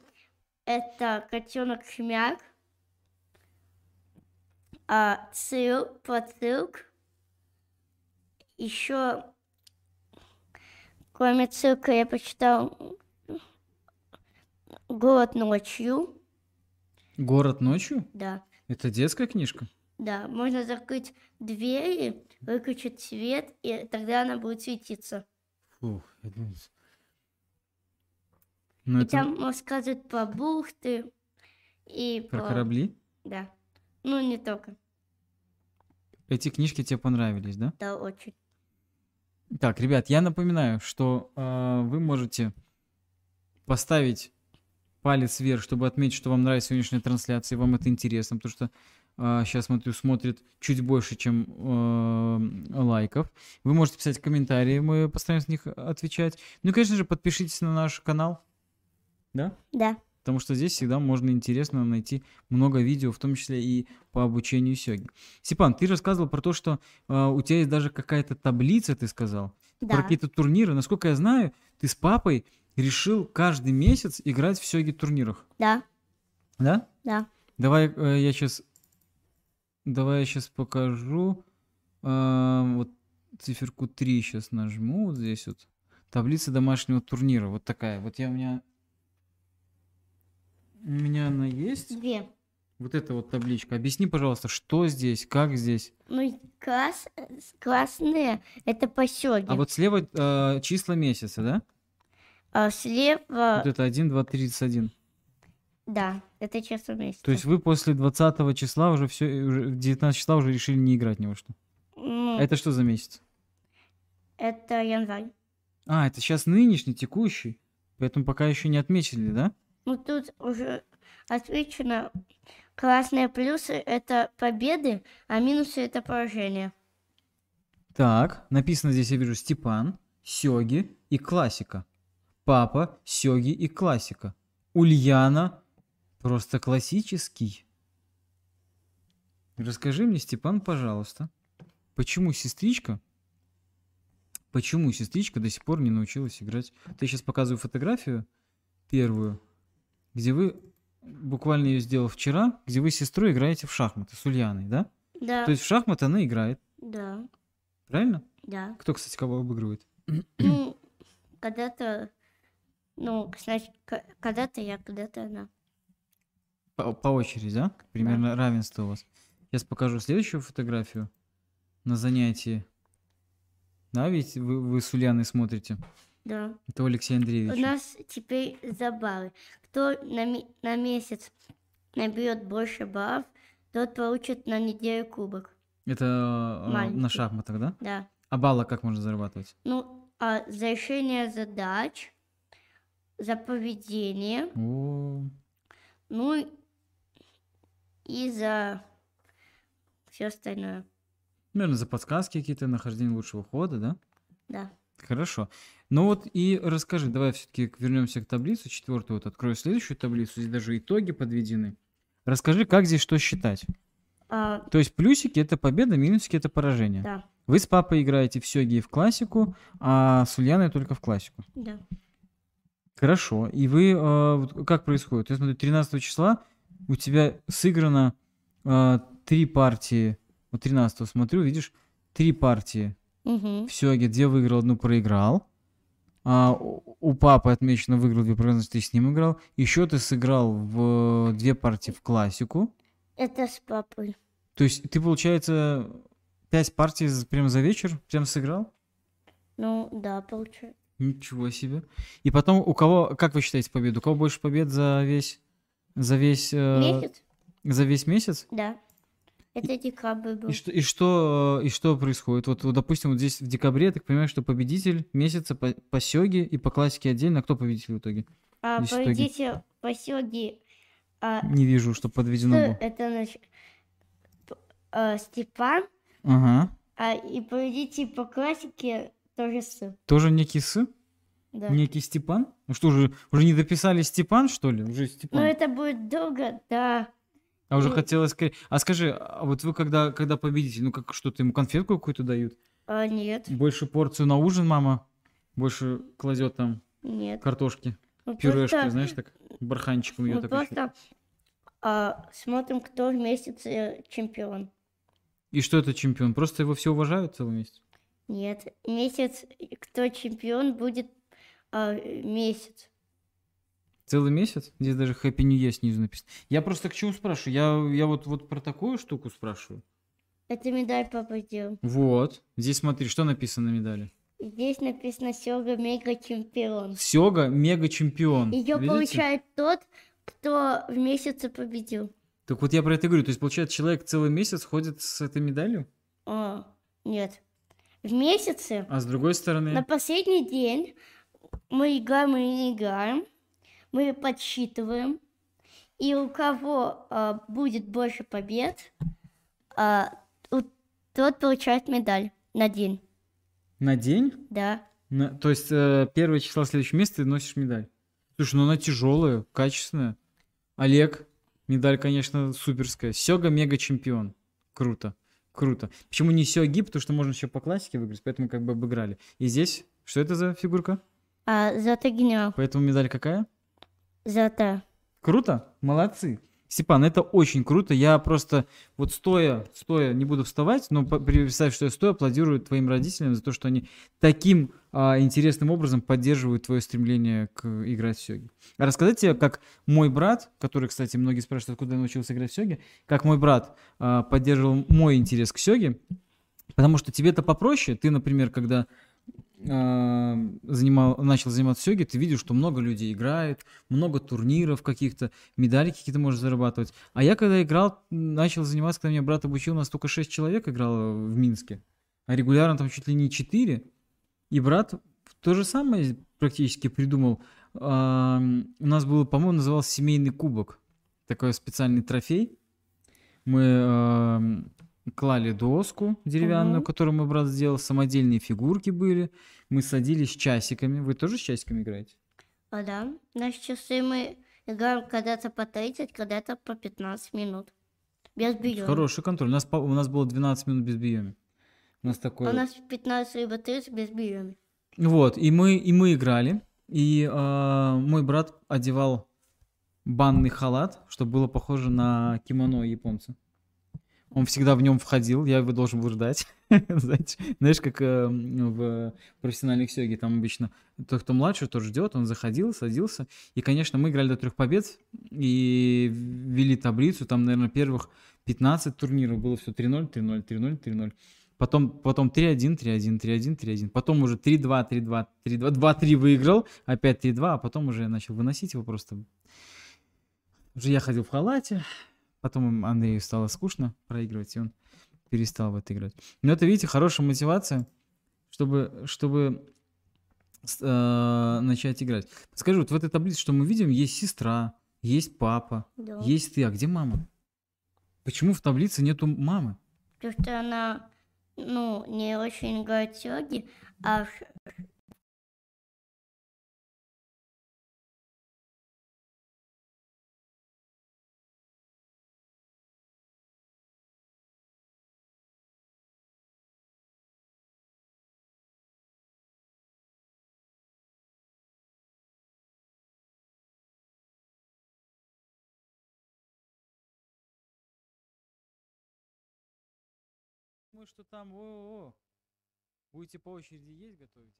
[SPEAKER 1] Это котенок хомяк а, цирк, поцирк, еще кроме цирка я почитал «Голод ночью»,
[SPEAKER 2] Город ночью?
[SPEAKER 1] да,
[SPEAKER 2] Это детская книжка?
[SPEAKER 1] да, можно закрыть двери, выключить свет, и тогда она будет светиться.
[SPEAKER 2] Фух, я думаю, с- Ну,
[SPEAKER 1] И
[SPEAKER 2] это
[SPEAKER 1] там рассказывают про бухты и
[SPEAKER 2] про корабли.
[SPEAKER 1] Да, ну не только,
[SPEAKER 2] Эти книжки тебе понравились, да?
[SPEAKER 1] да, очень.
[SPEAKER 2] Так, ребят, я напоминаю, что а, вы можете поставить палец вверх, чтобы отметить, что вам нравится сегодняшняя трансляция, и вам это интересно, потому что сейчас смотрю, смотрит чуть больше, чем э, лайков. Вы можете писать комментарии, мы постараемся на них отвечать. Ну и, конечно же, подпишитесь на наш канал, да?
[SPEAKER 1] Да.
[SPEAKER 2] Потому что здесь всегда можно интересно найти много видео, в том числе и по обучению сёги. Сипан, ты рассказывал про то, что э, у тебя есть даже какая-то таблица, ты сказал, про
[SPEAKER 1] Да.
[SPEAKER 2] какие-то турниры. Насколько я знаю, ты с папой решил каждый месяц играть в сёги турнирах,
[SPEAKER 1] Да.
[SPEAKER 2] да?
[SPEAKER 1] Да.
[SPEAKER 2] Давай э, я сейчас... Давай я сейчас покажу. Эм, вот циферку 3 сейчас нажму. Вот здесь вот. Таблица домашнего турнира. Вот такая. Вот я у меня... У меня она есть.
[SPEAKER 1] Две.
[SPEAKER 2] Вот эта вот табличка. Объясни, пожалуйста, что здесь, как здесь.
[SPEAKER 1] Ну, и класс, классные это по сёге.
[SPEAKER 2] А вот слева э, числа месяца, да?
[SPEAKER 1] А слева,
[SPEAKER 2] Вот это 1, 2, 31.
[SPEAKER 1] да, это честно месяца.
[SPEAKER 2] То есть вы после 20 числа уже все... Уже 19 числа уже решили не играть ни во что.
[SPEAKER 1] Ну,
[SPEAKER 2] А это что за месяц?
[SPEAKER 1] это январь.
[SPEAKER 2] А, это сейчас нынешний, текущий. Поэтому пока еще не отметили, да?
[SPEAKER 1] Ну, тут уже отмечено, классные плюсы – это победы, а минусы – это поражение.
[SPEAKER 2] Так, написано здесь, я вижу, Степан, Сёги и Классика. Папа, Сёги и Классика. Ульяна, просто классический. Расскажи мне, Степан, пожалуйста, почему сестричка, почему сестричка до сих пор не научилась играть? Ты сейчас показываю фотографию первую, где вы, буквально ее сделал вчера, где вы с сестрой играете в шахматы с Ульяной, да?
[SPEAKER 1] Да,
[SPEAKER 2] То есть в шахматы она играет,
[SPEAKER 1] да,
[SPEAKER 2] правильно?
[SPEAKER 1] да.
[SPEAKER 2] Кто, кстати, кого обыгрывает?
[SPEAKER 1] Ну, когда-то, ну, значит, к- когда-то я, когда-то она.
[SPEAKER 2] По, по очереди, да? Примерно равенство у вас. Сейчас покажу следующую фотографию на занятии. Да, ведь вы, вы с Ульяной смотрите.
[SPEAKER 1] Да.
[SPEAKER 2] Это у Алексея
[SPEAKER 1] У
[SPEAKER 2] Андреевича.
[SPEAKER 1] нас теперь забавы. Кто на, ме- на месяц наберет больше баллов, тот получит на неделю кубок.
[SPEAKER 2] Это э, на
[SPEAKER 1] Маленький.
[SPEAKER 2] шахматах, да?
[SPEAKER 1] Да.
[SPEAKER 2] А балла как можно зарабатывать?
[SPEAKER 1] Ну, а за решение задач, за поведение,
[SPEAKER 2] О,
[SPEAKER 1] ну и- и за все остальное.
[SPEAKER 2] наверное, за подсказки какие-то, нахождение лучшего хода, да?
[SPEAKER 1] Да.
[SPEAKER 2] Хорошо. Ну вот и расскажи, давай все-таки вернемся к таблице четвертую. Вот открою следующую таблицу. Здесь даже итоги подведены. Расскажи, как здесь что считать?
[SPEAKER 1] А,
[SPEAKER 2] То есть плюсики это победа, минусики это поражение.
[SPEAKER 1] да,
[SPEAKER 2] Вы с папой играете в сёги и в классику, а с Ульяной только в классику.
[SPEAKER 1] да.
[SPEAKER 2] Хорошо. И вы э, вот как происходит? Я смотрю, 13 числа у тебя сыграно э, три партии. Вот 13 смотрю, видишь, три партии
[SPEAKER 1] Мгм.
[SPEAKER 2] в сёге. Две выиграл, одну проиграл. А, у у папы отмечено выиграл две проиграл, значит, ты с ним играл. Еще ты сыграл в э, две партии в классику.
[SPEAKER 1] Это с папой.
[SPEAKER 2] То есть ты, получается, пять партий за- прям за вечер прям сыграл?
[SPEAKER 1] Ну, да, получается.
[SPEAKER 2] Ничего себе. И потом, у кого, как вы считаете победу? У кого больше побед за весь, за весь, э,
[SPEAKER 1] Месяц?
[SPEAKER 2] за весь месяц?
[SPEAKER 1] Да. Это декабрь был.
[SPEAKER 2] И что, и что, э, и что происходит? Вот, вот, допустим, вот здесь в декабре, я так понимаю, что победитель месяца по, по сёге и по классике отдельно. Кто победитель в итоге?
[SPEAKER 1] А
[SPEAKER 2] и что, Ги?
[SPEAKER 1] победитель посёги, а,
[SPEAKER 2] Не вижу,
[SPEAKER 1] что
[SPEAKER 2] что подведено было.
[SPEAKER 1] это значит? П- а, Степан,
[SPEAKER 2] Ага.
[SPEAKER 1] а, и победитель по классике тоже сын.
[SPEAKER 2] Тоже некий Сы?
[SPEAKER 1] Да.
[SPEAKER 2] Некий Степан? Ну что, уже, уже не дописали Степан, что ли? Уже
[SPEAKER 1] Но
[SPEAKER 2] Степан.
[SPEAKER 1] Ну, это будет долго, да.
[SPEAKER 2] А уже
[SPEAKER 1] Ну-
[SPEAKER 2] хотелось сказать. А скажи, а вот вы когда, когда победите, ну как что-то ему конфетку какую-то дают?
[SPEAKER 1] А, нет,
[SPEAKER 2] Больше порцию на ужин мама больше кладет там
[SPEAKER 1] нет.
[SPEAKER 2] картошки,
[SPEAKER 1] Мы
[SPEAKER 2] пюрешки,
[SPEAKER 1] просто,
[SPEAKER 2] знаешь, так барханчиком ее
[SPEAKER 1] мы
[SPEAKER 2] так ещё.
[SPEAKER 1] просто а, смотрим, кто в месяц э, чемпион.
[SPEAKER 2] И что это чемпион? Просто его все уважают целый месяц?
[SPEAKER 1] Нет, месяц, э, кто чемпион, будет а, месяц.
[SPEAKER 2] Целый месяц? Здесь даже Happy New Year снизу написано. Я просто к чему спрашиваю? Я, я вот, вот про такую штуку спрашиваю.
[SPEAKER 1] Это медаль папа сделал.
[SPEAKER 2] Вот. Здесь смотри, что написано на медали.
[SPEAKER 1] Здесь написано Серега Мега чемпион.
[SPEAKER 2] Сёга мега-чемпион.
[SPEAKER 1] Ее
[SPEAKER 2] Видите?
[SPEAKER 1] получает тот, кто в месяце победил.
[SPEAKER 2] Так вот я про это и говорю. То есть, получается, человек целый месяц ходит с этой медалью?
[SPEAKER 1] А, нет. В месяце
[SPEAKER 2] А с другой стороны...
[SPEAKER 1] На последний день мы играем и не играем, мы подсчитываем, И у кого а, будет больше побед, а, у- тот получает медаль на день.
[SPEAKER 2] На день?
[SPEAKER 1] Да.
[SPEAKER 2] На- то есть э, первое число следующего месяца ты носишь медаль. Слушай, ну она тяжелая, качественная. Олег, медаль, конечно, суперская. Сёга мега чемпион. Круто, круто. Почему не Сёги? Потому что можно еще по классике выиграть, поэтому как бы обыграли. И здесь, что это за фигурка?
[SPEAKER 1] А золотой генерал.
[SPEAKER 2] Поэтому медаль какая?
[SPEAKER 1] Золотая.
[SPEAKER 2] Круто, молодцы. Степан, это очень круто. Я просто вот стоя, стоя, не буду вставать, но по- представь, что я стоя, аплодирую твоим родителям за то, что они таким а, интересным образом поддерживают твое стремление к играть в сёги. А рассказать тебе, как мой брат, который, кстати, многие спрашивают, откуда я научился играть в сёги, как мой брат а, поддерживал мой интерес к сёге, потому что тебе это попроще. Ты, например, когда а, занимал, начал заниматься сёги, ты видишь, что много людей играет, много турниров каких-то, медали какие-то можешь зарабатывать. А я когда играл, начал заниматься, когда меня брат обучил, у нас только 6 человек играло в Минске. А регулярно там чуть ли не 4. И брат то же самое практически придумал. Ам, У нас был, по-моему, назывался семейный кубок. Такой специальный трофей. Мы ам, клали доску деревянную,
[SPEAKER 1] Мгм.
[SPEAKER 2] которую мой брат сделал, самодельные фигурки были. Мы садились с часиками. Вы тоже с часиками играете?
[SPEAKER 1] А да. Наши часы мы играем когда-то по 30, когда-то по 15 минут. Без бьем.
[SPEAKER 2] Хороший контроль. У нас, по- у нас было 12 минут без биеми. У нас такое.
[SPEAKER 1] У нас 15 либо 30 без бьем.
[SPEAKER 2] Вот, и мы, и мы играли. И а, мой брат одевал банный халат, что было похоже на кимоно японца. Он всегда в нем входил, я его должен был ждать. Знаете, Знаешь, как э, в профессиональных сёге, там обычно тот, кто младше, тот ждет, он заходил, садился. И, конечно, мы играли до трех побед и ввели таблицу. Там, наверное, первых 15 турниров было все 3-0, 3-0, 3-0, 3-0. Потом, потом 3-1, 3-1, 3-1, 3-1. Потом уже 3-2, 3-2, 3-2, 2-3 выиграл, опять 3-2, а потом уже я начал выносить его просто. Уже я ходил в халате, потом Андрею стало скучно проигрывать, и он перестал в это играть. Но это, видите, хорошая мотивация, чтобы, чтобы с- э, начать играть. Скажи, вот в этой таблице, что мы видим, есть сестра, есть папа,
[SPEAKER 1] Да.
[SPEAKER 2] есть ты, а где мама? Почему в таблице нету мамы?
[SPEAKER 1] Потому что она, ну, не очень играет в йоги, а в ш-
[SPEAKER 2] Мы что там, о Будете по очереди есть, готовить?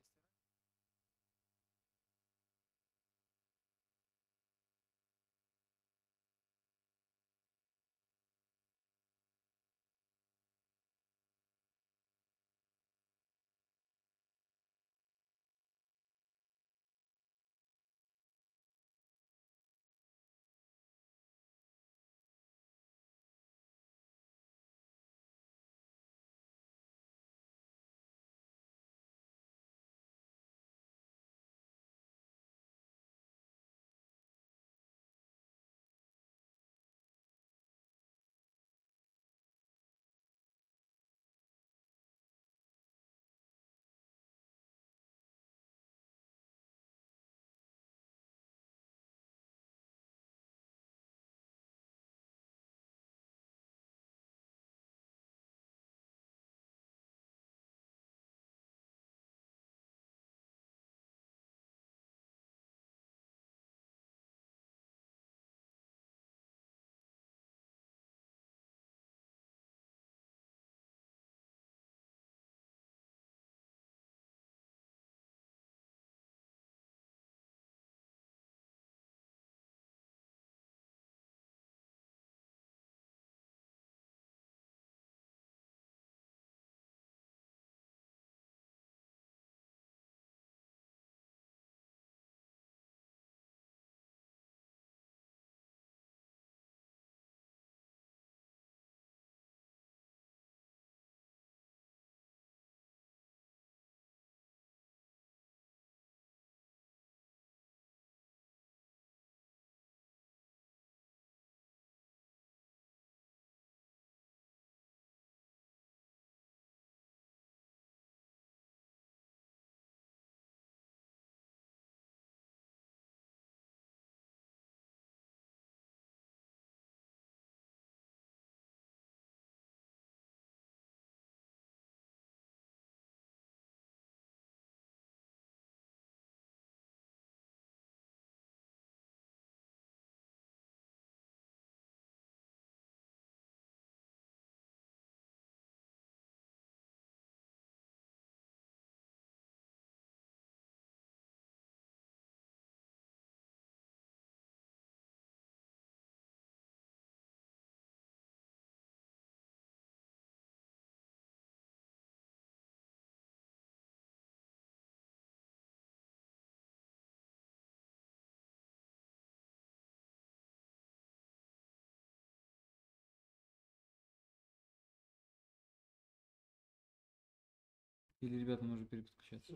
[SPEAKER 2] Или ребятам нужно переподключаться?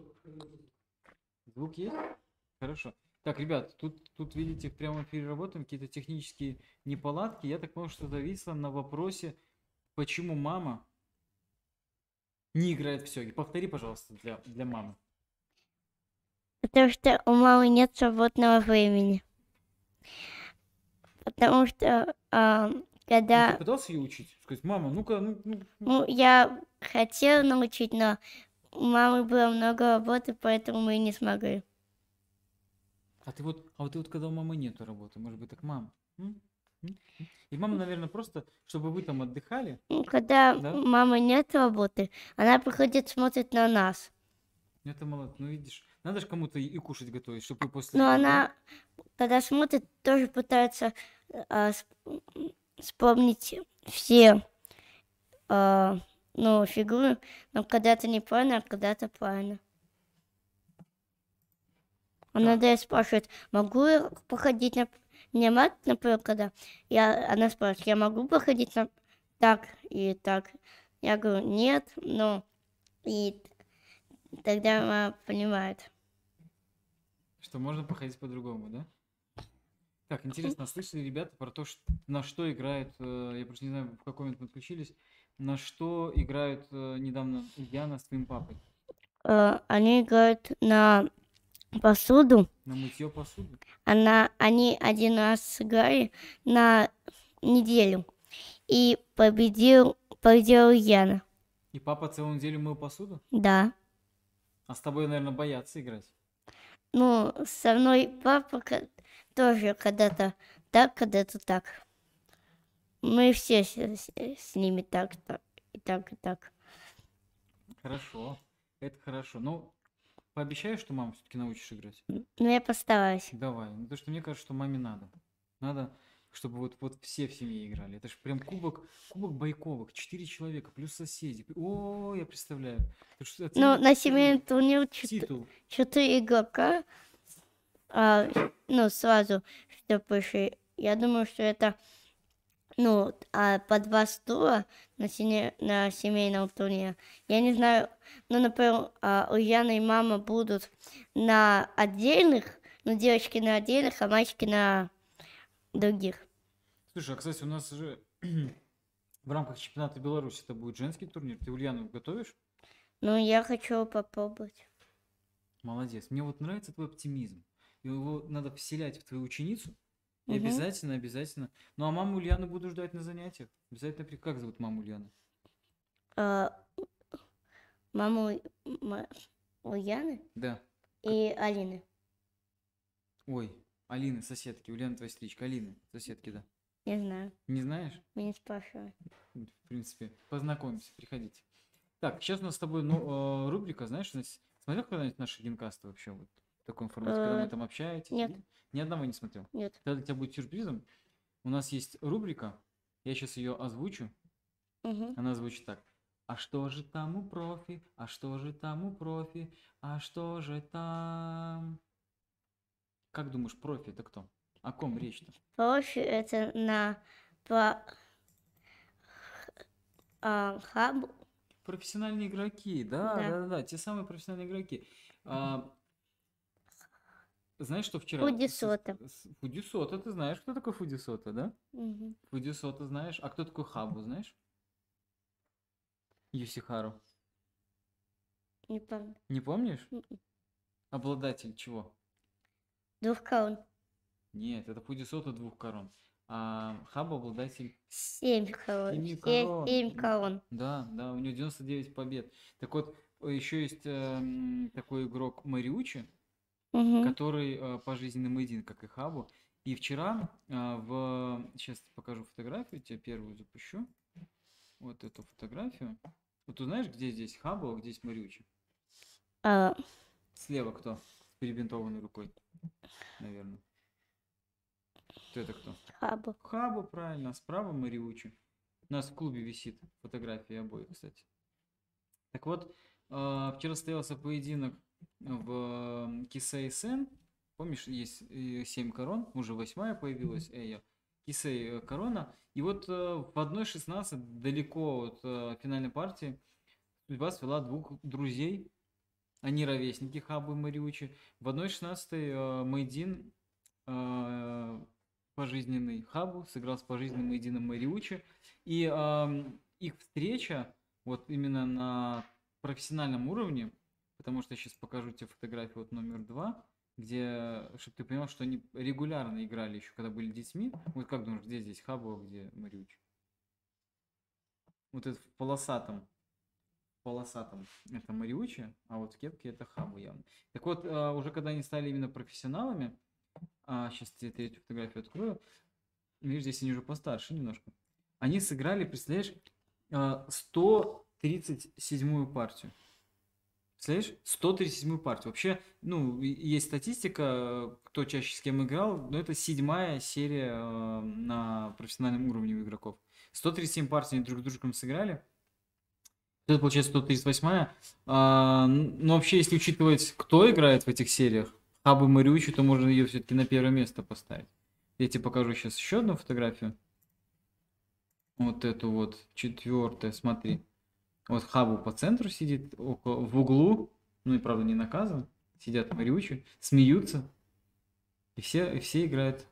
[SPEAKER 2] Звук есть? Хорошо. Так, ребят, тут, тут видите, в прямом эфире работаем, какие-то технические неполадки. Я так понял, что зависло на вопросе, почему мама не играет в Сёги. Повтори, пожалуйста, для, для мамы.
[SPEAKER 1] Потому что у мамы нет свободного времени. Потому что а,
[SPEAKER 2] Ну,
[SPEAKER 1] когда
[SPEAKER 2] ты пытался ее учить? Сказать, мама, ну-ка, ну, ну,
[SPEAKER 1] ну, я хотела научить, но у мамы было много работы, поэтому мы не смогли.
[SPEAKER 2] А ты вот, а вот ты вот когда у мамы нету работы, может быть, так мама. м? М? М?» И мама, наверное, просто, чтобы вы там отдыхали.
[SPEAKER 1] Ну, Когда
[SPEAKER 2] Да?
[SPEAKER 1] у мамы нет работы, она приходит, смотрит на нас.
[SPEAKER 2] Ну, Это молодец, ну видишь, надо же кому-то и- и кушать готовить, чтобы вы после.
[SPEAKER 1] Но
[SPEAKER 2] этого, да?
[SPEAKER 1] Ну, она, когда смотрит, тоже пытается а, с- м, вспомнить все а, ну, фигуры, но когда-то неправильно, а когда-то правильно. Она
[SPEAKER 2] Так.
[SPEAKER 1] даже спрашивает, могу я походить на... Мне мать, например, когда я, она спрашивает, я могу походить на так и так? Я говорю, нет, но... И тогда она понимает.
[SPEAKER 2] Что можно походить по-другому, да? Так, интересно, а слышали ребята про то, ш- на что играют, э, я просто не знаю, в какой момент мы отключились, на что играют э, недавно Яна с твоим папой?
[SPEAKER 1] э, они играют на посуду.
[SPEAKER 2] На мытье посуды?
[SPEAKER 1] Она, они один раз сыграли на неделю. И победил, победил Яна.
[SPEAKER 2] И папа целую неделю мыл посуду?
[SPEAKER 1] Да.
[SPEAKER 2] А с тобой, наверное, боятся играть.
[SPEAKER 1] Ну, со мной папа ко- тоже когда-то так, когда-то так. Мы все с, с- с ними так, так, и так, и так.
[SPEAKER 2] Хорошо, это хорошо. Ну, пообещаю, что маму все-таки научишь играть?
[SPEAKER 1] Но я постараюсь.
[SPEAKER 2] Давай. Ну, потому что мне кажется, что маме надо. Надо, чтобы вот, вот все в семье играли. Это же прям кубок, кубок Байковок. Четыре человека, плюс соседи. О, я представляю. Это ж от
[SPEAKER 1] Ну,
[SPEAKER 2] семьи
[SPEAKER 1] на
[SPEAKER 2] к семье.
[SPEAKER 1] семейном турнире чет-
[SPEAKER 2] Титул.
[SPEAKER 1] четыре игрока, а, ну, сразу, что пыши. Я думаю, что это, ну, а, по два стула на, сене- на семейном турнире. Я не знаю, ну, например, а, у Яны и мама будут на отдельных, ну, девочки на отдельных, а мальчики на других.
[SPEAKER 2] Слушай, а, кстати, у нас же в рамках чемпионата Беларуси это будет женский турнир. Ты Ульяну готовишь?
[SPEAKER 1] Ну, я хочу попробовать.
[SPEAKER 2] Молодец. Мне вот нравится твой оптимизм. И Его надо вселять в твою ученицу. И
[SPEAKER 1] Мгм.
[SPEAKER 2] обязательно, обязательно. Ну, а маму Ульяну буду ждать на занятиях. Обязательно. при- Как зовут маму Ульяну?
[SPEAKER 1] А, маму м- у Яны
[SPEAKER 2] Да.
[SPEAKER 1] и Алины.
[SPEAKER 2] Ой, Алины, соседки, Ульяна твоя сестричка, Алины, соседки, да.
[SPEAKER 1] Не знаю,
[SPEAKER 2] Не знаешь?
[SPEAKER 1] вы не спрашивали.
[SPEAKER 2] Ну, В принципе, познакомимся, приходите. Так, сейчас у нас с тобой ну, э, рубрика, знаешь, у нас... смотрел когда-нибудь наши генкасты вообще вот в таком формате, когда
[SPEAKER 1] Э,
[SPEAKER 2] мы там общаетесь?
[SPEAKER 1] нет.
[SPEAKER 2] Ни одного не смотрел.
[SPEAKER 1] Нет.
[SPEAKER 2] Тогда для тебя будет сюрпризом. У нас есть рубрика, я сейчас ее озвучу,
[SPEAKER 1] Мгм.
[SPEAKER 2] Она звучит так. А что же там у профи? А что же там у профи? А что же там? Как думаешь, профи это кто? О ком речь-то?
[SPEAKER 1] Проще А это на по а, хабу.
[SPEAKER 2] Профессиональные игроки, да,
[SPEAKER 1] Да.
[SPEAKER 2] да, да, да, те самые профессиональные игроки. А, знаешь, что вчера?
[SPEAKER 1] Фудисота.
[SPEAKER 2] с- с- Фудисота, ты знаешь, кто такой Фудисота, да?
[SPEAKER 1] Мгм.
[SPEAKER 2] Фудисота знаешь. А кто такой Хабу, знаешь? Юсихару.
[SPEAKER 1] Не помню.
[SPEAKER 2] Не помнишь?
[SPEAKER 1] Мгм.
[SPEAKER 2] Обладатель чего?
[SPEAKER 1] Двух корон.
[SPEAKER 2] Нет, это Фудисота двух корон. А Хаб обладатель...
[SPEAKER 1] Семь корон.
[SPEAKER 2] Семи
[SPEAKER 1] Се-
[SPEAKER 2] корон.
[SPEAKER 1] Семь корон.
[SPEAKER 2] Да, да, у него 99 побед. Так вот, еще есть эм, такой игрок Мариучи,
[SPEAKER 1] Мгм.
[SPEAKER 2] который э, пожизненным един, как и Хабу. И вчера а, в... Сейчас покажу фотографию, тебе первую запущу. Вот эту фотографию. Вот ты знаешь, где здесь Хабу, а где здесь Мариучи?
[SPEAKER 1] А,
[SPEAKER 2] Слева кто? С перебинтованной рукой. Наверное. Вот это кто?
[SPEAKER 1] хабу.
[SPEAKER 2] Хабу, правильно, а справа Мариучи. У нас в клубе висит фотография обоих, кстати. Так вот, а, вчера состоялся поединок в Кисей Сен. Помнишь, есть 7 корон, уже восьмая появилась, Эйя. Кисей э, корона. И вот э, в 1.16 далеко от э, финальной партии Судьба свела двух друзей, они ровесники Хабы и Мариучи. В одной шестнадцатой э, Мэйдин э, пожизненный Хабу сыграл с пожизненным Мэйдином Мариучи. И э, их встреча вот именно на профессиональном уровне, потому что я сейчас покажу тебе фотографию вот номер два, где, чтобы ты понимал, что они регулярно играли еще, когда были детьми. Вот как думаешь, где здесь Хабу, а где Мариучи? Вот это в полосатом полосатом это Мариучи, а вот в кепке это Хабу явно. Так вот, а, уже когда они стали именно профессионалами, а, сейчас тебе третью фотографию открою, видишь, здесь они уже постарше немножко, они сыграли, представляешь, а, 137-ю партию. Представляешь, 137-ю партию. Вообще, ну, и- есть статистика, кто чаще с кем играл, но это седьмая серия э, на профессиональном уровне у игроков. 137 партий они друг с другом сыграли. Это получается 138. А, н- но вообще, если учитывать, кто играет в этих сериях, Хабы Мариучи, то можно ее все-таки на первое место поставить. Я тебе покажу сейчас еще одну фотографию. Вот эту вот, четвертая, смотри. Вот Хабу по центру сидит, око- в углу, ну и правда не наказан. Сидят Мариучи, смеются. И все, и все играют.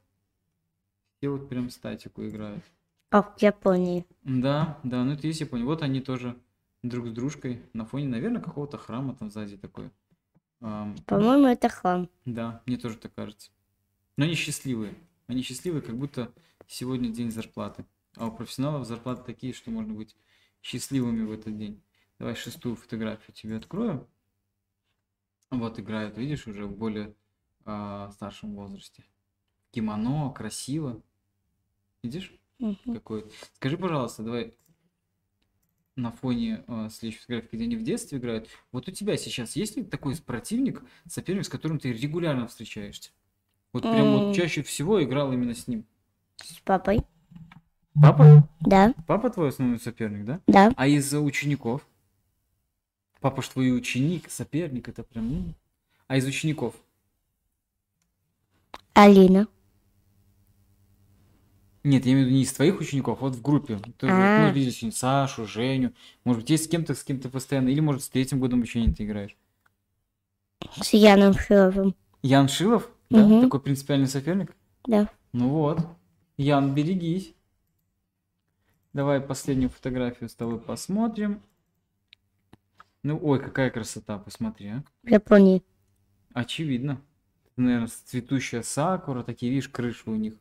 [SPEAKER 2] Все вот прям статику играют.
[SPEAKER 1] Как в Японии.
[SPEAKER 2] Да, да, ну это есть Япония. Вот они тоже друг с дружкой на фоне, наверное, какого-то храма там сзади такой. Ам,
[SPEAKER 1] По-моему, это хам.
[SPEAKER 2] да, мне тоже так кажется. Но они счастливые. Они счастливые, как будто сегодня день зарплаты. А у профессионалов зарплаты такие, что можно быть счастливыми в этот день. Давай шестую фотографию тебе открою. Вот играют, видишь, уже в более а, старшем возрасте. Кимоно, красиво. Видишь?
[SPEAKER 1] Мгм.
[SPEAKER 2] какой. Скажи, пожалуйста, давай на фоне э, следующей фотографии, где они в детстве играют. Вот у тебя сейчас есть ли такой противник, соперник, с которым ты регулярно встречаешься? Вот прям вот
[SPEAKER 1] М.
[SPEAKER 2] чаще всего играл именно с ним.
[SPEAKER 1] С папой.
[SPEAKER 2] Папа?
[SPEAKER 1] Да,
[SPEAKER 2] Папа твой основной соперник, да?
[SPEAKER 1] да.
[SPEAKER 2] А из-за учеников? Папа ж твой ученик, соперник, это прям... м. А из учеников?
[SPEAKER 1] Алина.
[SPEAKER 2] Нет, я имею в виду не из твоих учеников, а вот в группе. Ты же,
[SPEAKER 1] А.
[SPEAKER 2] ну, видишь сегодня Сашу, Женю. Может быть, есть с кем-то, с кем ты постоянно. Или, может, с третьим годом обучения ты играешь.
[SPEAKER 1] С Яном Шиловым.
[SPEAKER 2] Ян Шилов? Да?
[SPEAKER 1] Мгм.
[SPEAKER 2] Такой принципиальный соперник?
[SPEAKER 1] Да.
[SPEAKER 2] Ну вот. Ян, берегись. Давай последнюю фотографию с тобой посмотрим. Ну, ой, какая красота, посмотри, а.
[SPEAKER 1] В Японии.
[SPEAKER 2] Очевидно. Наверное, цветущая сакура, такие, видишь, крыши у них.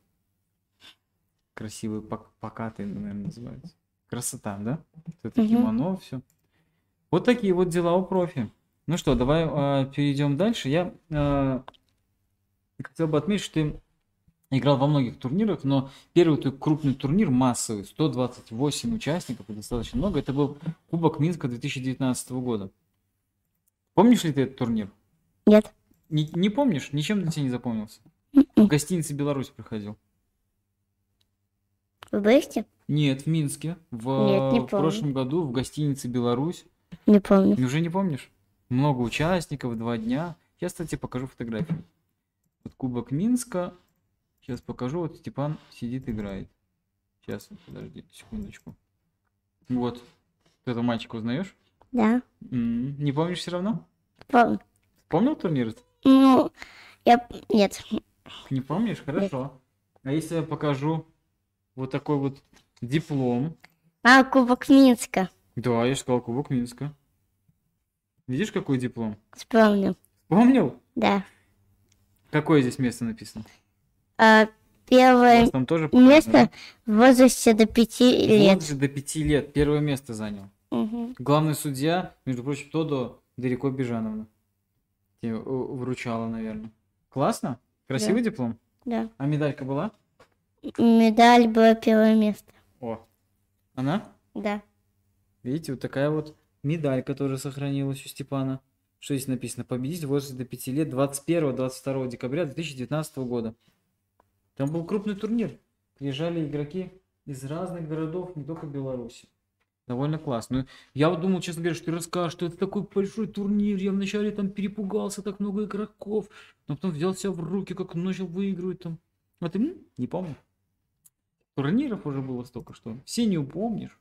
[SPEAKER 2] Красивые пак- покаты, наверное, называются. Красота, да? Вот Это
[SPEAKER 1] Мгм.
[SPEAKER 2] кимоно, все. Вот такие вот дела у профи. Ну что, давай перейдем дальше. Я а, хотел бы отметить, что ты играл во многих турнирах, но первый твой крупный турнир массовый, 128 участников, и достаточно много, это был Кубок Минска 2019 года. Помнишь ли ты этот турнир?
[SPEAKER 1] Нет.
[SPEAKER 2] Не, не помнишь? Ничем для тебя не запомнился? В
[SPEAKER 1] М-м.
[SPEAKER 2] гостинице «Беларусь» проходил?
[SPEAKER 1] Вы были?
[SPEAKER 2] Нет, в Минске. В,
[SPEAKER 1] Нет, не
[SPEAKER 2] в прошлом году в гостинице «Беларусь».
[SPEAKER 1] Не помню.
[SPEAKER 2] Уже не помнишь? Много участников, два дня. Я, кстати, покажу фотографию. Вот Кубок Минска. Сейчас покажу. Вот Степан сидит, играет. Сейчас, подожди, секундочку. Вот. Ты этого мальчика узнаешь?
[SPEAKER 1] Да.
[SPEAKER 2] М, Не помнишь все равно?
[SPEAKER 1] Помню.
[SPEAKER 2] Помнил турнир? этот?
[SPEAKER 1] Ну, я... Нет.
[SPEAKER 2] Не помнишь? Хорошо. А если я покажу вот такой вот диплом?
[SPEAKER 1] А, Кубок Минска.
[SPEAKER 2] Да, я же сказал Кубок Минска. Видишь, какой диплом?
[SPEAKER 1] Вспомню.
[SPEAKER 2] Помнил?
[SPEAKER 1] Да.
[SPEAKER 2] Какое здесь место написано?
[SPEAKER 1] А,
[SPEAKER 2] У
[SPEAKER 1] первое
[SPEAKER 2] вас там тоже показано,
[SPEAKER 1] место
[SPEAKER 2] да?
[SPEAKER 1] в возрасте до пяти
[SPEAKER 2] Вот
[SPEAKER 1] лет.
[SPEAKER 2] же до пяти лет первое место занял.
[SPEAKER 1] Мгм.
[SPEAKER 2] Главный судья, между прочим, Тодо Далеко Бежановна. Тебе э, вручала, наверное. Классно? Красивый диплом?
[SPEAKER 1] Да.
[SPEAKER 2] А медалька была?
[SPEAKER 1] Медаль была первое место.
[SPEAKER 2] О. Она?
[SPEAKER 1] Да.
[SPEAKER 2] Видите, вот такая вот медаль, которая сохранилась у Степана. Что здесь написано? Победитель в возрасте до 5 лет 21-22 декабря 2019 года. Там был крупный турнир. Приезжали игроки из разных городов, не только Беларуси. Довольно классно. Ну, Я вот думал, честно говоря, что ты расскажешь, что это такой большой турнир. Я вначале там перепугался, так много игроков. Но потом взял себя в руки, как начал выигрывать там. А ты м, не помню. Турниров уже было столько, что все не упомнишь.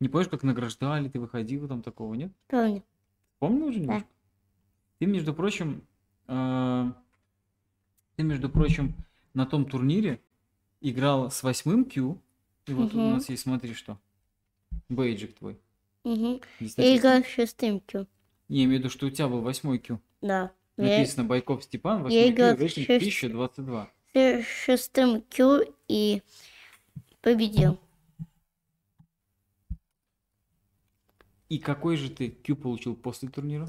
[SPEAKER 2] Не помнишь, как награждали, ты выходила там такого, нет?
[SPEAKER 1] Помню.
[SPEAKER 2] Помню уже немножко? Ты, между прочим, э, ты, между прочим, на том турнире играл с восьмым Q. И вот тут у
[SPEAKER 1] Мгм.
[SPEAKER 2] нас есть, смотри, что. Бейджик твой.
[SPEAKER 1] Угу. И
[SPEAKER 2] Действительно.
[SPEAKER 1] играл шестым Q.
[SPEAKER 2] Не, я имею в виду, что у тебя был восьмой Q.
[SPEAKER 1] Да. Я
[SPEAKER 2] Написано Байков Степан,
[SPEAKER 1] я
[SPEAKER 2] восьмой Q,
[SPEAKER 1] играл
[SPEAKER 2] рейтинг
[SPEAKER 1] шесть-
[SPEAKER 2] 1022.
[SPEAKER 1] с шестым Q и победил.
[SPEAKER 2] И какой же ты Q получил после турнира?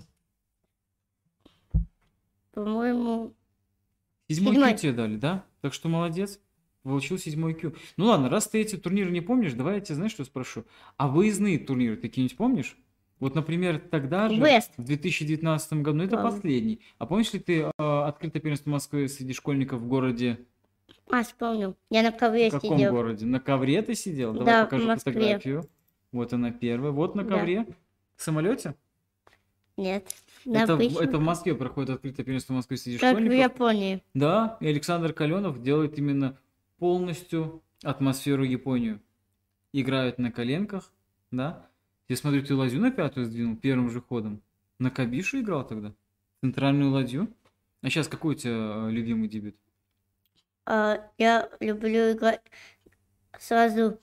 [SPEAKER 1] По-моему,
[SPEAKER 2] Седьмой
[SPEAKER 1] Седьмой.
[SPEAKER 2] Q тебе дали, да? Так что молодец. Получил седьмой Q. Ну ладно, раз ты эти турниры не помнишь, давай я тебя, знаешь, что спрошу? А выездные турниры ты какие-нибудь помнишь? Вот, например, тогда же,
[SPEAKER 1] West.
[SPEAKER 2] в 2019 году, ну это
[SPEAKER 1] Ладно.
[SPEAKER 2] последний. А помнишь ли ты э, открытое первенство Москвы среди школьников в городе,
[SPEAKER 1] а, вспомнил. Я на ковре
[SPEAKER 2] в каком
[SPEAKER 1] сидел.
[SPEAKER 2] городе? На ковре ты сидел? Давай
[SPEAKER 1] Да, в
[SPEAKER 2] покажу
[SPEAKER 1] Москве.
[SPEAKER 2] фотографию. Вот она первая. Вот на
[SPEAKER 1] Да.
[SPEAKER 2] ковре. В самолете?
[SPEAKER 1] Нет. На
[SPEAKER 2] Это, в-
[SPEAKER 1] обычном.
[SPEAKER 2] это в Москве проходит открытое первенство Москвы среди
[SPEAKER 1] Как в
[SPEAKER 2] школьников.
[SPEAKER 1] Японии.
[SPEAKER 2] Да, и Александр Каленов делает именно полностью атмосферу Японию. Играют на коленках, да. Я смотрю, ты ладью на пятую сдвинул первым же ходом. На Кабишу играл тогда? Центральную ладью? А сейчас какой у тебя э, любимый дебют?
[SPEAKER 1] А, я люблю играть сразу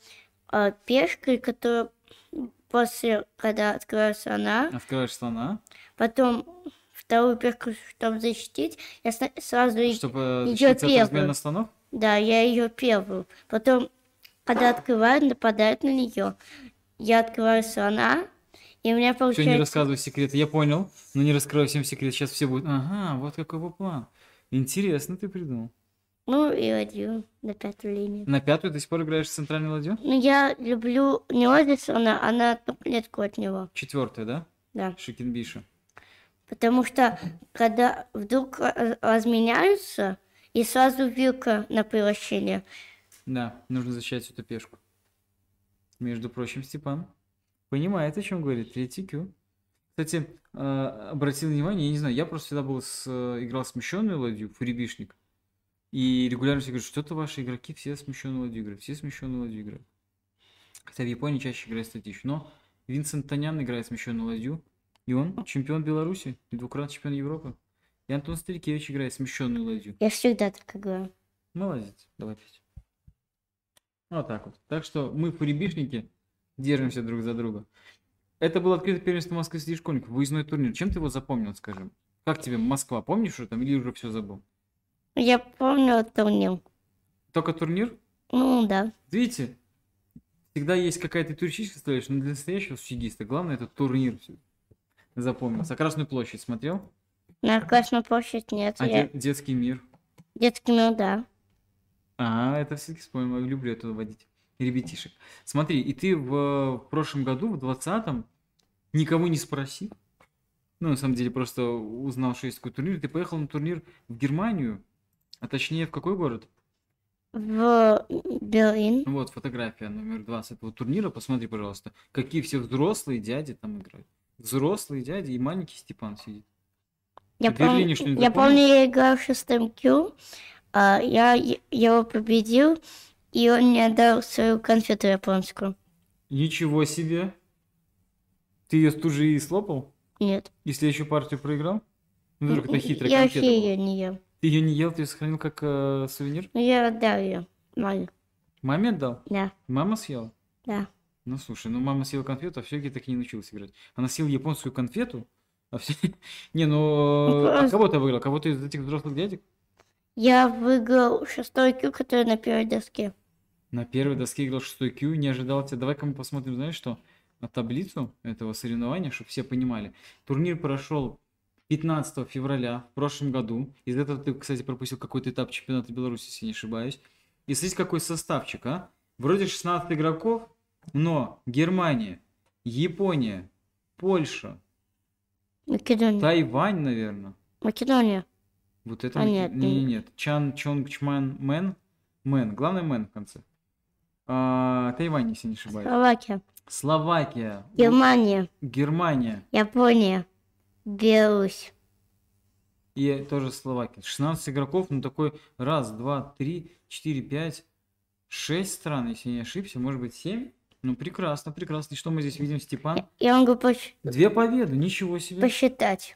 [SPEAKER 1] а, пешкой, которая после, когда открывается она,
[SPEAKER 2] Открываешь А слона,
[SPEAKER 1] потом вторую пешку, чтобы защитить, я сна- сразу и-
[SPEAKER 2] чтобы
[SPEAKER 1] идёт
[SPEAKER 2] защититься от
[SPEAKER 1] первый.
[SPEAKER 2] размена слонов?
[SPEAKER 1] Да, я ее первую. Потом, когда открываю, нападают на нее. Я открываю слона, и у меня
[SPEAKER 2] Все, не
[SPEAKER 1] получается...
[SPEAKER 2] рассказывай секреты. Я понял, но не раскрывай всем секрет. Сейчас все будут, ага, вот какой был план. Интересно ты придумал.
[SPEAKER 1] Ну, и ладью на пятую линию.
[SPEAKER 2] На пятую до сих пор играешь в центральную ладью?
[SPEAKER 1] Ну, я люблю не ладью слона, а на одну клетку от него.
[SPEAKER 2] Четвертая, да?
[SPEAKER 1] Да.
[SPEAKER 2] Шикинбиша.
[SPEAKER 1] Потому что, когда вдруг раз- разменяются, и сразу вилка на превращение.
[SPEAKER 2] Да, нужно защищать эту пешку. Между прочим, Степан понимает, о чем говорит. Третий Q. Кстати, э, обратил внимание, я не знаю, я просто всегда был с, э, играл смещенную ладью, фурибишник. И регулярно все говорят, что-то ваши игроки все смещенную ладью играют, все смещенную ладью играют. Хотя в Японии чаще играют статично. Но Винсент Танян играет смещенную ладью, и он чемпион Беларуси, и двукратный чемпион Европы. И Антон Старикевич играет смещенную ладью.
[SPEAKER 1] Я всегда так играю.
[SPEAKER 2] Молодец, давай пить. Вот так вот. Так что мы, фурибишники, держимся друг за друга. Это было открытое первенство Москвы среди школьников, выездной турнир. Чем ты его запомнил, скажем? Как тебе Москва? Помнишь, что там или уже все забыл?
[SPEAKER 1] Я помню турнир.
[SPEAKER 2] Только турнир?
[SPEAKER 1] Ну, да.
[SPEAKER 2] Видите, всегда есть какая-то туристическая составляющая, но для настоящего сущегиста главное это турнир все. Запомнился. А Красную площадь смотрел?
[SPEAKER 1] На Красную площадь нет.
[SPEAKER 2] А
[SPEAKER 1] я-
[SPEAKER 2] де- детский мир?
[SPEAKER 1] Детский мир, да.
[SPEAKER 2] А, это все-таки вспомнил. Я люблю это водить. Ребятишек. Смотри, и ты в, э, прошлом году, в 20-м, никого не спросил. Ну, на самом деле, просто узнал, что есть такой турнир. Ты поехал на турнир в Германию. А точнее, в какой город?
[SPEAKER 1] в Берлин.
[SPEAKER 2] Ну вот, фотография номер 20 этого турнира. Посмотри, пожалуйста, какие все взрослые дяди там играют. Взрослые дяди и маленький Степан сидит.
[SPEAKER 1] Я,
[SPEAKER 2] в Берлине
[SPEAKER 1] пом-
[SPEAKER 2] что-нибудь
[SPEAKER 1] я
[SPEAKER 2] запомнил?
[SPEAKER 1] помню, я играл в шестом Q. а, я е- его победил, и он мне дал свою конфету японскую.
[SPEAKER 2] Ничего себе! Ты ее тут же и слопал?
[SPEAKER 1] Нет.
[SPEAKER 2] И следующую партию проиграл? Ну, вдруг это
[SPEAKER 1] Н-
[SPEAKER 2] хитрая
[SPEAKER 1] Я
[SPEAKER 2] конфета
[SPEAKER 1] вообще
[SPEAKER 2] была.
[SPEAKER 1] ее не ел.
[SPEAKER 2] Ты ее не ел, ты ее сохранил как э, сувенир?
[SPEAKER 1] Но я отдал ее. Маме.
[SPEAKER 2] Маме отдал?
[SPEAKER 1] Да,
[SPEAKER 2] Мама съела?
[SPEAKER 1] да.
[SPEAKER 2] Ну слушай, ну мама съела конфету, а все-таки так и не научилась играть. Она съела японскую конфету, а все... Не, ну...
[SPEAKER 1] Ну,
[SPEAKER 2] а
[SPEAKER 1] просто-
[SPEAKER 2] кого ты выиграл? Кого-то из этих взрослых дядек?
[SPEAKER 1] Я выиграл шестой Q, который на первой доске.
[SPEAKER 2] На первой доске играл шестой Q, не ожидал тебя. Давай-ка мы посмотрим, знаешь что? На таблицу этого соревнования, чтобы все понимали. Турнир прошел 15 февраля в прошлом году. Из этого ты, кстати, пропустил какой-то этап чемпионата Беларуси, если не ошибаюсь. И смотрите, какой составчик, а? Вроде 16 игроков, но Германия, Япония, Польша,
[SPEAKER 1] Македония.
[SPEAKER 2] Тайвань, наверное.
[SPEAKER 1] Македония.
[SPEAKER 2] Вот это...
[SPEAKER 1] А,
[SPEAKER 2] мы-
[SPEAKER 1] нет,
[SPEAKER 2] не, не,
[SPEAKER 1] не-
[SPEAKER 2] нет. Чан Чонг Чман Мэн. Мэн. Главное Мэн в конце. А, Тайвань, если не ошибаюсь.
[SPEAKER 1] Словакия.
[SPEAKER 2] Словакия, Гу-
[SPEAKER 1] Германия.
[SPEAKER 2] Германия
[SPEAKER 1] Япония. Беларусь.
[SPEAKER 2] и тоже Словакия. 16 игроков, ну такой раз, два, три, четыре, пять, шесть стран, если не ошибся, может быть семь. Ну, прекрасно, прекрасно. И что мы здесь видим, Степан?
[SPEAKER 1] Я могу поч-
[SPEAKER 2] Две победы, ничего себе.
[SPEAKER 1] посчитать.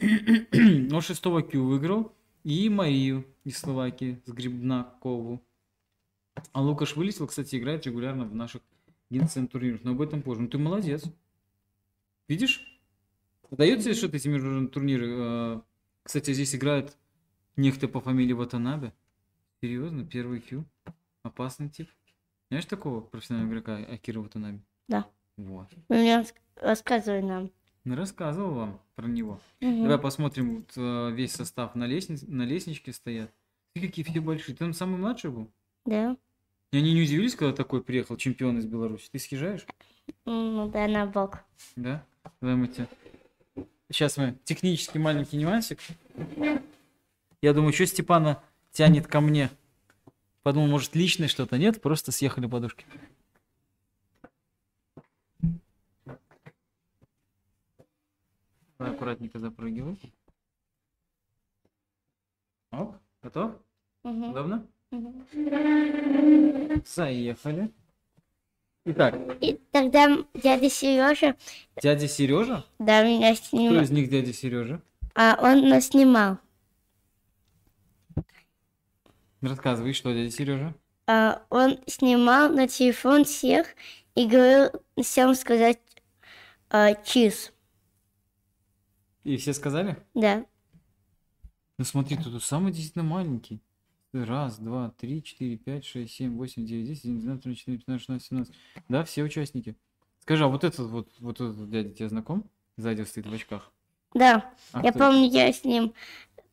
[SPEAKER 2] Но шестого Кью выиграл. И Марию из Словакии с Грибнакову. А Лукаш вылетел, кстати, играет регулярно в наших генцент турнирах. Но об этом позже. Ну ты молодец. Видишь? Дается что-то эти международные турниры. Э, Кстати, здесь играет некто по фамилии Ватанабе. Серьезно, первый Q. Опасный тип. Знаешь такого профессионального игрока Акира Ватанаби?
[SPEAKER 1] Да.
[SPEAKER 2] Вот.
[SPEAKER 1] Вы мне рас- рассказывай нам.
[SPEAKER 2] Ну, Рассказывал вам про него.
[SPEAKER 1] Мгм.
[SPEAKER 2] Давай посмотрим, вот, э, весь состав на, лестнице, на лестничке стоят. И какие все большие. Ты там самый младший был?
[SPEAKER 1] Да.
[SPEAKER 2] И они не удивились, когда такой приехал чемпион из Беларуси. Ты съезжаешь?
[SPEAKER 1] М, Ну да, на бок.
[SPEAKER 2] Да? Давай мы тебя... Сейчас мы... Технический маленький нюансик. Я думаю, что Степана тянет ко мне. Подумал, может, личное что-то. Нет, просто съехали подушки. Давай аккуратненько запрыгивай. Оп, готов?
[SPEAKER 1] Мгм.
[SPEAKER 2] Удобно?
[SPEAKER 1] Мгм.
[SPEAKER 2] Заехали. Итак,
[SPEAKER 1] И тогда м- дядя Сережа,
[SPEAKER 2] дядя Сережа.
[SPEAKER 1] да, меня
[SPEAKER 2] Кто
[SPEAKER 1] снимал.
[SPEAKER 2] из них дядя Сережа?
[SPEAKER 1] А он нас снимал.
[SPEAKER 2] Рассказывай, что дядя Сережа.
[SPEAKER 1] А, он снимал на телефон всех и говорил всем сказать а, чиз.
[SPEAKER 2] И все сказали?
[SPEAKER 1] Да.
[SPEAKER 2] Ну смотри, тут самый действительно маленький. Раз, два, три, четыре, пять, шесть, семь, восемь, девять, десять, одиннадцать, двенадцать, тринадцать, четырнадцать, пятнадцать, шестнадцать, семнадцать. Да, все участники. Скажи, а вот этот вот, вот этот вот дядя тебе знаком? Сзади стоит в очках.
[SPEAKER 1] Да.
[SPEAKER 2] А
[SPEAKER 1] Я
[SPEAKER 2] кто это?
[SPEAKER 1] помню, я с ним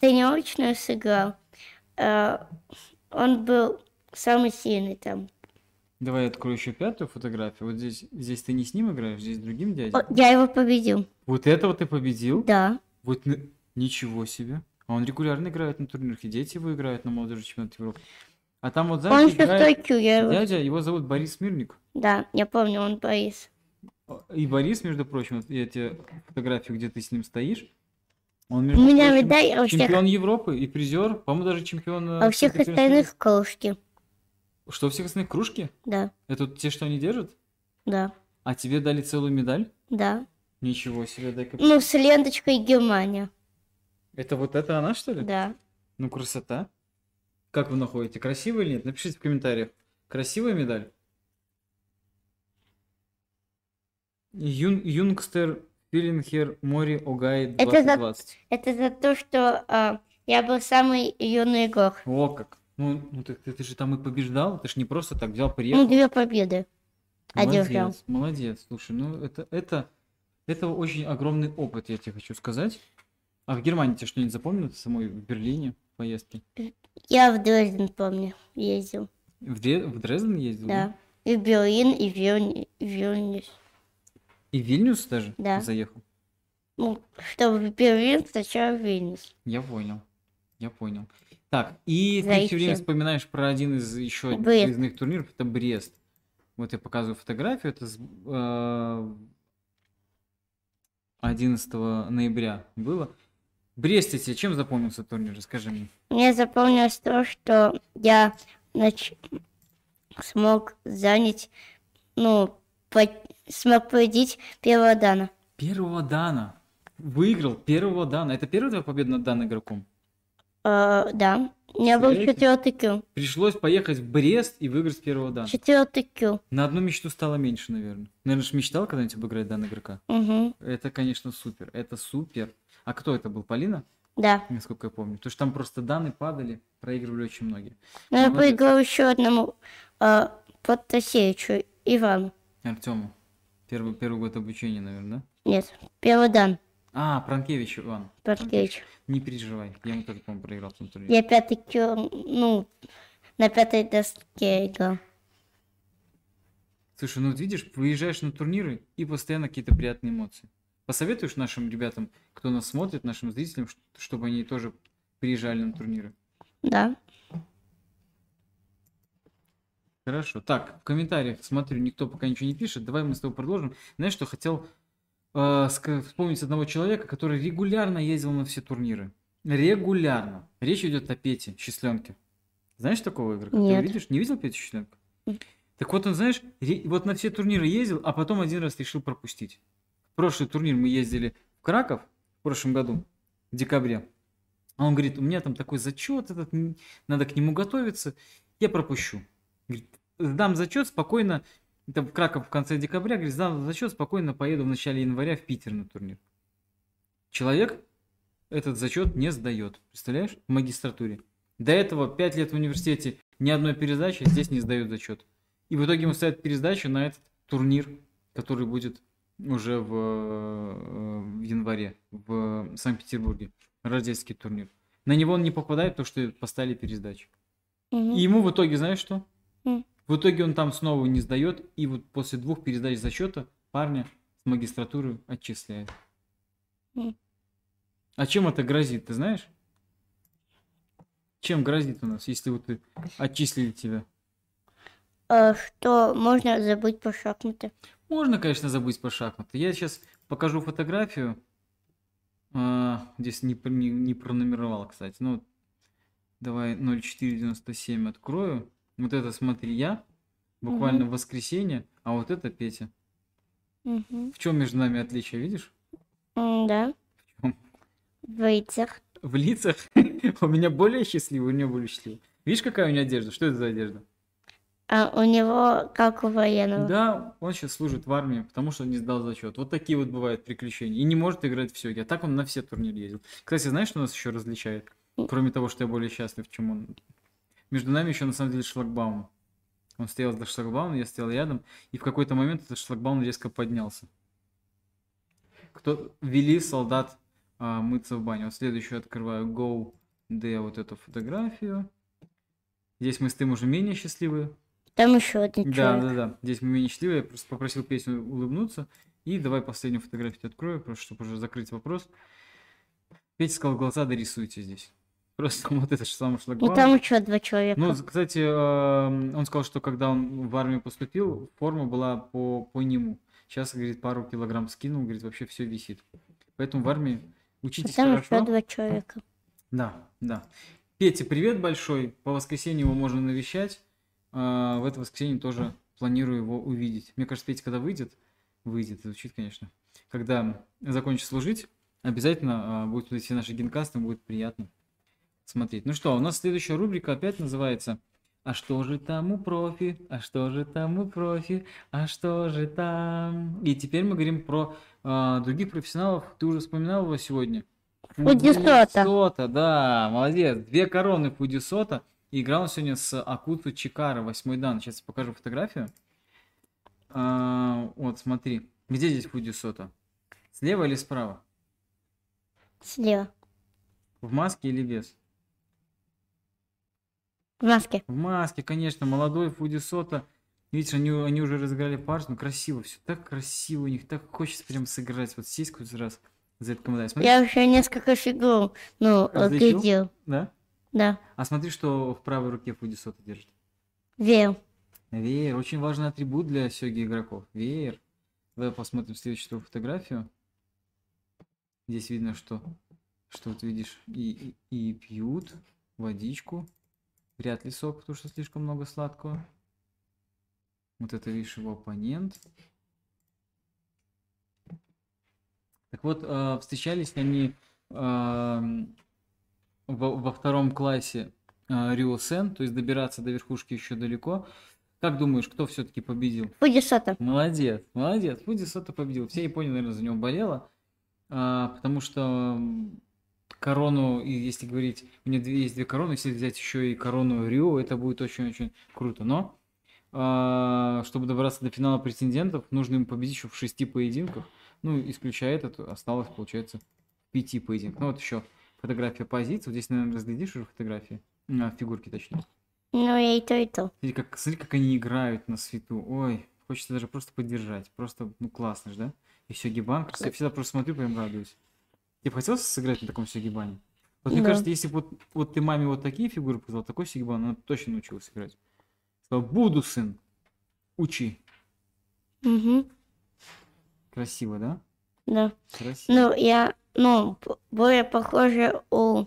[SPEAKER 1] тренировочную сыграл. Э, Он был самый сильный там.
[SPEAKER 2] Давай я открою еще пятую фотографию. Вот здесь, здесь ты не с ним играешь, здесь с другим дядей.
[SPEAKER 1] О, Я его победил.
[SPEAKER 2] Вот этого ты победил?
[SPEAKER 1] Да.
[SPEAKER 2] Вот н- ничего себе. А он регулярно играет на турнирах, и дети его играют на молодежи чемпионат Европы. А там вот
[SPEAKER 1] Он
[SPEAKER 2] сзади
[SPEAKER 1] еще в
[SPEAKER 2] играет
[SPEAKER 1] Токио, я его...
[SPEAKER 2] дядя, его зовут Борис Мирник.
[SPEAKER 1] Да, я помню, он Борис.
[SPEAKER 2] И Борис, между прочим, вот я тебе фотографию, где ты с ним стоишь, он,
[SPEAKER 1] У
[SPEAKER 2] между
[SPEAKER 1] меня
[SPEAKER 2] прочим,
[SPEAKER 1] медаль, а у всех,
[SPEAKER 2] чемпион Европы и призер, по-моему, даже чемпион... э,
[SPEAKER 1] а у всех
[SPEAKER 2] Советского Союза.
[SPEAKER 1] остальных кружки.
[SPEAKER 2] Что, у всех остальных кружки?
[SPEAKER 1] Да,
[SPEAKER 2] Это те, что они держат?
[SPEAKER 1] да,
[SPEAKER 2] А тебе дали целую медаль?
[SPEAKER 1] да.
[SPEAKER 2] Ничего себе, дай-ка...
[SPEAKER 1] Ну, с ленточкой Германия.
[SPEAKER 2] Это вот это она, что ли?
[SPEAKER 1] Да.
[SPEAKER 2] Ну, красота. Как вы находите? Красиво или нет? Напишите в комментариях. Красивая медаль? Юн, юнгстер Филингер Мори Огай
[SPEAKER 1] Это за-
[SPEAKER 2] 2020.
[SPEAKER 1] Это за то, что а, я был самый юный игрок.
[SPEAKER 2] О, как. Ну, ну ты, ты- ты же там и побеждал. Ты же не просто так взял,
[SPEAKER 1] Ну,
[SPEAKER 2] приехал.
[SPEAKER 1] две победы.
[SPEAKER 2] молодец,
[SPEAKER 1] одержал.
[SPEAKER 2] молодец. Слушай, ну это, это, это очень огромный опыт, я тебе хочу сказать. А в Германии тебе что-нибудь запомнилось самой в Берлине в поездке?
[SPEAKER 1] Я в Дрезден, помню, ездил.
[SPEAKER 2] В, Дре- в Дрезден ездил? да?
[SPEAKER 1] Да. И в Берлин, и в Вильню- в Вильнюс.
[SPEAKER 2] И в Вильнюс даже
[SPEAKER 1] Да.
[SPEAKER 2] заехал?
[SPEAKER 1] Ну, чтобы Берлин сначала Вильнюс.
[SPEAKER 2] Я понял. Я понял. Так, и ты все
[SPEAKER 1] Зайти.
[SPEAKER 2] время вспоминаешь про один из еще
[SPEAKER 1] Брест.
[SPEAKER 2] выездных турниров, это Брест. Вот я показываю фотографию, это с, э, 11 ноября было. В Бресте тебе чем запомнился турнир, расскажи мне.
[SPEAKER 1] Мне запомнилось то, что я нач- смог занять, ну, по- смог победить первого Дана.
[SPEAKER 2] Первого Дана. Выиграл первого Дана. Это первая твоя победа над Дан игроком?
[SPEAKER 1] Э, да. У меня был
[SPEAKER 2] Серьезно?
[SPEAKER 1] четвертый кю.
[SPEAKER 2] Пришлось поехать в Брест и выиграть первого Дана.
[SPEAKER 1] Четвертый кю.
[SPEAKER 2] На одну мечту стало меньше, наверное. Наверное, же мечтал когда-нибудь обыграть Дана игрока?
[SPEAKER 1] Угу.
[SPEAKER 2] Это, конечно, супер. Это супер. А кто это был? Полина?
[SPEAKER 1] Да.
[SPEAKER 2] Насколько я помню. Потому что там просто данные падали, проигрывали очень многие.
[SPEAKER 1] Но я
[SPEAKER 2] Молодец.
[SPEAKER 1] проиграл еще одному э, Потасевичу, Ивану.
[SPEAKER 2] Артему. Первый, первый год обучения, наверное, да?
[SPEAKER 1] Нет, первый Дан,
[SPEAKER 2] А, Пранкевич Иван.
[SPEAKER 1] Паткевич.
[SPEAKER 2] Не переживай. Я ему тоже, по-моему, проиграл в том турнире.
[SPEAKER 1] Я пятый кю, ну, на пятой доске играл.
[SPEAKER 2] Слушай, ну вот видишь, выезжаешь на турниры и постоянно какие-то приятные эмоции. Посоветуешь нашим ребятам, кто нас смотрит, нашим зрителям, ш- чтобы они тоже приезжали на турниры?
[SPEAKER 1] Да.
[SPEAKER 2] Хорошо. Так, в комментариях смотрю, никто пока ничего не пишет. Давай мы с тобой продолжим. Знаешь, что хотел э, ска- вспомнить одного человека, который регулярно ездил на все турниры. Регулярно. Речь идет о Пете Счисленке. Знаешь такого игрока? Ты его
[SPEAKER 1] Нет.
[SPEAKER 2] видишь? Не видел Петю Счисленка? Так вот он, знаешь, е- вот на все турниры ездил, а потом один раз решил пропустить. В прошлый турнир мы ездили в Краков в прошлом году, в декабре. А он говорит, у меня там такой зачет этот, м, надо к нему готовиться, я пропущу. Говорит, сдам зачет спокойно, там в Краков в конце декабря, говорит, сдам зачет спокойно, поеду в начале января в Питер на турнир. Человек этот зачет не сдает, представляешь, в магистратуре. До этого 5 лет в университете ни одной пересдачи, здесь не сдают зачет. И в итоге ему ставят пересдачу на этот турнир, который будет уже в, э, в январе в Санкт-Петербурге. Рождественский турнир. На него он не попадает, потому что поставили пересдачу.
[SPEAKER 1] Мгм.
[SPEAKER 2] И ему в итоге, знаешь что?
[SPEAKER 1] М.
[SPEAKER 2] В итоге он там снова не сдает, и вот после двух пересдач зачета парня с магистратуры отчисляет.
[SPEAKER 1] М.
[SPEAKER 2] А чем это грозит, ты знаешь? Чем грозит у нас, если вот ты- отчислили тебя?
[SPEAKER 1] А, что можно забыть про шахматы?
[SPEAKER 2] Можно, конечно, забыть про шахматы. Я сейчас покажу фотографию. А, здесь не, пр- не, не пронумеровал, кстати. Ну, давай 0497 открою. Вот это смотри я, буквально в воскресенье, а вот это Петя.
[SPEAKER 1] Мгм.
[SPEAKER 2] В чем между нами отличие, видишь?
[SPEAKER 1] М, Да.
[SPEAKER 2] чём?
[SPEAKER 1] В яйцах.
[SPEAKER 2] В лицах у меня более счастливый, у нее более счастливый. Видишь, какая у меня одежда? Что это за одежда?
[SPEAKER 1] А у него как у военного.
[SPEAKER 2] Да, он сейчас служит в армии, потому что не сдал зачет. Вот такие вот бывают приключения. И не может играть все. А так он на все турниры ездил. Кстати, знаешь, что нас еще различает? Кроме того, что я более счастлив, чем он. Между нами еще на самом деле шлагбаум. Он стоял за шлагбаумом, я стоял рядом, и в какой-то момент этот шлагбаум резко поднялся. Кто вели солдат а, мыться в баню. Вот следующую открываю Go D вот эту фотографию. Здесь мы с тем уже менее счастливые.
[SPEAKER 1] Там еще один
[SPEAKER 2] Да,
[SPEAKER 1] человек.
[SPEAKER 2] да, да. Здесь мы менее счастливы. Я просто попросил песню улыбнуться. И давай последнюю фотографию тебе открою, просто чтобы уже закрыть вопрос. Петя сказал, глаза дорисуйте здесь. Просто вот это же самое
[SPEAKER 1] И
[SPEAKER 2] шлагбаум.
[SPEAKER 1] Ну, там еще два человека.
[SPEAKER 2] Ну, з- кстати, эм, он сказал, что когда он в армию поступил, форма была по, по нему. Сейчас, говорит, пару килограмм скинул, говорит, вообще все висит. Поэтому в армии
[SPEAKER 1] И
[SPEAKER 2] учитесь
[SPEAKER 1] там
[SPEAKER 2] хорошо.
[SPEAKER 1] еще два человека.
[SPEAKER 2] Да, да. Петя, привет большой. По воскресеньям его можно навещать. А, В это воскресенье тоже планирую его увидеть. Мне кажется, Петя, когда выйдет, выйдет, звучит, конечно. Когда закончит служить, обязательно а, будет вот эти наши генкасты, будет приятно смотреть. Ну что, у нас следующая рубрика опять называется «А что же там у профи? А что же там у профи? А что же там?» И теперь мы говорим про а, других профессионалов. Ты уже вспоминал его сегодня?
[SPEAKER 1] Фудзисота.
[SPEAKER 2] Фудзисота, да, молодец. Две короны Фудисота. Играл он сегодня с Акуту Чикара, восьмой дан. Сейчас я покажу фотографию. А, вот, смотри. Где здесь Фудисота? Слева или справа?
[SPEAKER 1] Слева.
[SPEAKER 2] В маске или без?
[SPEAKER 1] В маске.
[SPEAKER 2] В маске, конечно, молодой Фудисота. Видишь, они, они уже разыграли парш, ну красиво все, так красиво у них, так хочется прям сыграть, вот сесть хоть раз за этот комментарий. Смотри,
[SPEAKER 1] Я уже несколько фигур, ну,
[SPEAKER 2] Различил?
[SPEAKER 1] видел.
[SPEAKER 2] да?
[SPEAKER 1] Да,
[SPEAKER 2] А смотри, что в правой руке Фудисота держит.
[SPEAKER 1] верил.
[SPEAKER 2] Веер, очень важный атрибут для сёги игроков. Веер. Давай посмотрим следующую фотографию. Здесь видно, что, что вот видишь, и, и, и пьют водичку. Вряд ли сок, потому что слишком много сладкого. Вот это, видишь, его оппонент. Так вот, э, встречались они эм, во, во втором классе э, Риосен, то есть добираться до верхушки еще далеко. Как думаешь, кто все-таки победил?
[SPEAKER 1] Фудисота.
[SPEAKER 2] Молодец, молодец. Фудзи Сото победил. Вся Япония, наверное, за него болела. а, потому что м, корону, и если говорить, у меня две- есть две короны, если взять еще и корону Рио, это будет очень-очень круто. Но а, чтобы добраться до финала претендентов, нужно им победить еще в шести поединках. Ну, исключая этот, осталось, получается, пяти поединков. Ну, вот еще фотография позиции. Вот здесь, наверное, разглядишь уже фотографии. А, фигурки, точнее.
[SPEAKER 1] Ну, я и то, и то.
[SPEAKER 2] Смотри как, смотри, как они играют на свету. Ой, хочется даже просто поддержать. Просто, ну, классно же, да? И Сёгибан. Просто я всегда просто смотрю, прям радуюсь. Ты бы хотел сыграть на таком Сёгибане? Вот мне
[SPEAKER 1] Да.
[SPEAKER 2] кажется, если бы вот, вот ты маме вот такие фигуры показал, такой Сёгибан, она бы точно научилась играть. Сказала, буду, сын, учи.
[SPEAKER 1] Угу,
[SPEAKER 2] Красиво, да?
[SPEAKER 1] да.
[SPEAKER 2] Красиво.
[SPEAKER 1] Ну, я, ну, б- более похоже у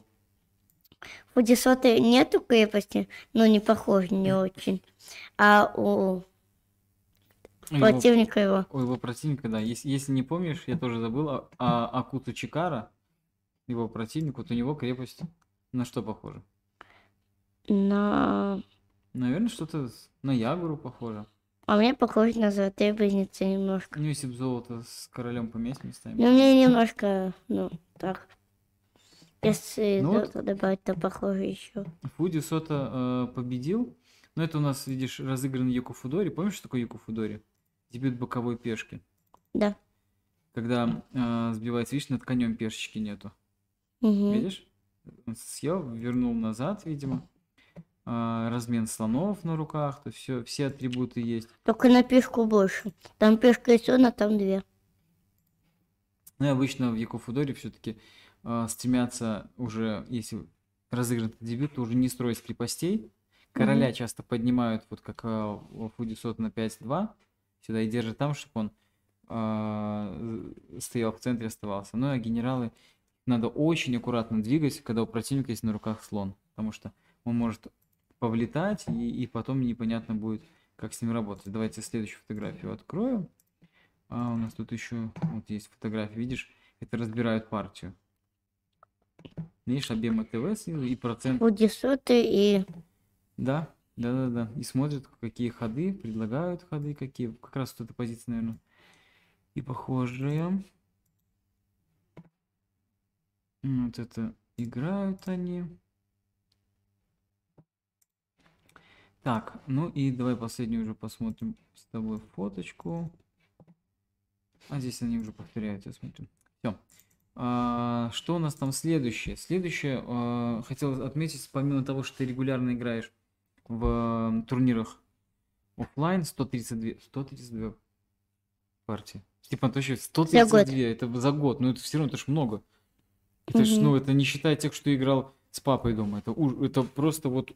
[SPEAKER 1] Фудисоты нету крепости, ну, не похоже, не очень. А у Ну,
[SPEAKER 2] Его-
[SPEAKER 1] противника его.
[SPEAKER 2] У его противника, да. Если, если не помнишь, я тоже забыл, а, а Акута Чикара, его противник, вот у него крепость на что похожа?
[SPEAKER 1] Но...
[SPEAKER 2] Наверное, что-то с- на Ягуру похоже.
[SPEAKER 1] А мне похоже на золотые близнецы немножко.
[SPEAKER 2] Ну, если бы золото с королем поменять местами.
[SPEAKER 1] Ну, мне немножко, ну, так. Если
[SPEAKER 2] Ну вот.
[SPEAKER 1] золото добавить, то похоже еще.
[SPEAKER 2] Фуди Сота э, победил. Но это у нас, видишь, разыгран Юкуфудори. Помнишь, что такое Юкуфудори? Дебют боковой пешки.
[SPEAKER 1] Да.
[SPEAKER 2] Когда э, сбивается, видишь, над конем пешечки нету.
[SPEAKER 1] Мгм.
[SPEAKER 2] Видишь? Он съел, вернул назад, видимо. А, размен слонов на руках, то все, все атрибуты есть.
[SPEAKER 1] Только на пешку больше. Там пешка и сона, там две.
[SPEAKER 2] Ну и обычно в Якуфудоре все-таки стремятся уже, если разыгран этот дебют, то уже не строить крепостей. Короля часто поднимают, вот как а, у Фудисот на 5-2, сюда и держат там, чтобы он а, з- стоял в центре, оставался. Ну а генералы надо очень аккуратно двигать, когда у противника есть на руках слон, потому что он может повлетать, и, и потом непонятно будет, как с ним работать. Давайте следующую фотографию откроем. А у нас тут еще вот есть фотография, видишь, это разбирают партию. Видишь, объемы ТВ снизу и процент.
[SPEAKER 1] Будисоты и...
[SPEAKER 2] Да, да, да, да. И смотрят, какие ходы, предлагают ходы, какие. Как раз вот эта позиция, наверное, и похожая. М, Вот это играют они. Так, ну и давай последнюю уже посмотрим с тобой фоточку. А здесь они уже повторяются, смотрим. Все. что у нас там следующее? Следующее, а, хотел отметить, помимо того, что ты регулярно играешь в м, турнирах оффлайн 132, 132 партии. Степан Анатольевич, 132, это за год, но это все равно, это ж много. Это ж,
[SPEAKER 1] Мгм.
[SPEAKER 2] ну, это не считая тех, что играл с папой дома. Это, уж- это просто вот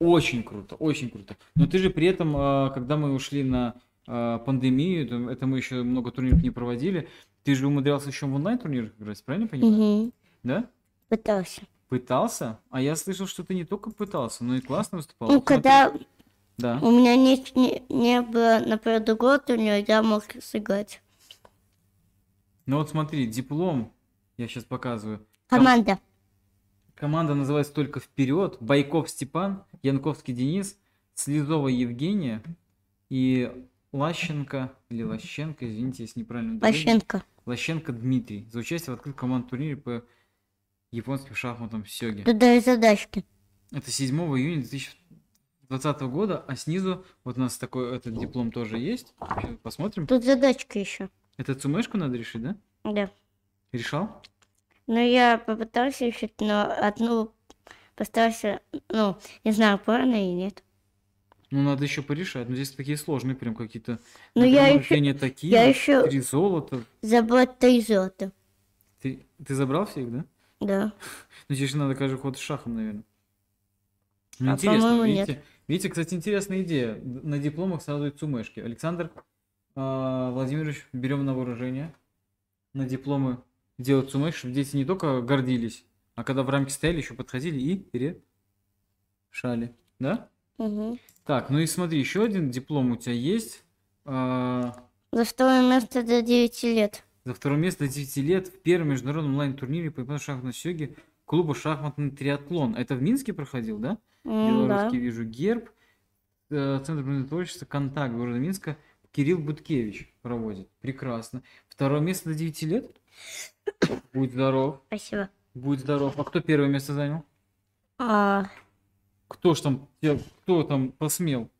[SPEAKER 2] очень круто, очень круто. Но ты же при этом, а, когда мы ушли на а, пандемию, там, это мы еще много турниров не проводили, ты же умудрялся еще в онлайн-турнирах играть, правильно я понимаю?
[SPEAKER 1] Мгм.
[SPEAKER 2] Да?
[SPEAKER 1] Пытался.
[SPEAKER 2] Пытался? А я слышал, что ты не только пытался, но и классно выступал.
[SPEAKER 1] Ну,
[SPEAKER 2] Вот смотри.
[SPEAKER 1] когда
[SPEAKER 2] Да.
[SPEAKER 1] у меня не, не, не было, например, другого турнира, я мог сыграть.
[SPEAKER 2] Ну вот смотри, диплом, я сейчас показываю. Ком-
[SPEAKER 1] Команда.
[SPEAKER 2] Команда называется «Только вперед». Байков Степан, Янковский Денис, Слезова Евгения и Лащенко, или Лощенко, извините, если неправильно ударение.
[SPEAKER 1] Ващенко.
[SPEAKER 2] Лощенко Дмитрий за участие в открытом командном турнире по японским шахматам в Сёге.
[SPEAKER 1] Тут даже задачки.
[SPEAKER 2] Это 7 июня 2020 года, а снизу вот у нас такой этот диплом тоже есть. Сейчас посмотрим.
[SPEAKER 1] Тут задачки еще.
[SPEAKER 2] Это цумешку надо решить, да?
[SPEAKER 1] Да.
[SPEAKER 2] Решал?
[SPEAKER 1] Но я попытался решить, но одну постарался, ну, не знаю, правильно или нет.
[SPEAKER 2] Ну, надо еще порешать. Но здесь такие сложные прям какие-то.
[SPEAKER 1] Но Ну, я
[SPEAKER 2] например,
[SPEAKER 1] еще,
[SPEAKER 2] Евгения такие.
[SPEAKER 1] я еще
[SPEAKER 2] Три золота.
[SPEAKER 1] забрал три золота.
[SPEAKER 2] Ты, ты забрал всех, да?
[SPEAKER 1] Да.
[SPEAKER 2] Ну, здесь же надо каждый ход с шахом, наверное. Ну,
[SPEAKER 1] А,
[SPEAKER 2] интересно,
[SPEAKER 1] по-моему, нет.
[SPEAKER 2] видите? Видите, кстати, интересная идея. Д- На дипломах сразу и цумешки. Александр а, Владимирович, берем на вооружение. На дипломы делать цумеш, чтобы дети не только гордились, а когда в рамке стояли, еще подходили и решали. Да?
[SPEAKER 1] Мгм.
[SPEAKER 2] Так, ну и смотри, еще один диплом у тебя есть. А,
[SPEAKER 1] За второе место до 9 лет.
[SPEAKER 2] за второе место до 9 лет в первом международном онлайн-турнире по японской шахматной сёге клуба «Шахматный триатлон». Это в Минске проходил, да?
[SPEAKER 1] М, Да.
[SPEAKER 2] Белорусский вижу герб. Э, Центр культуры творчества «Контакт» города Минска Кирилл Буткевич проводит. Прекрасно. Второе место до 9 лет? Будь здоров.
[SPEAKER 1] Спасибо.
[SPEAKER 2] Будь здоров. А кто первое место занял?
[SPEAKER 1] А,
[SPEAKER 2] Кто ж там, я- кто там посмел?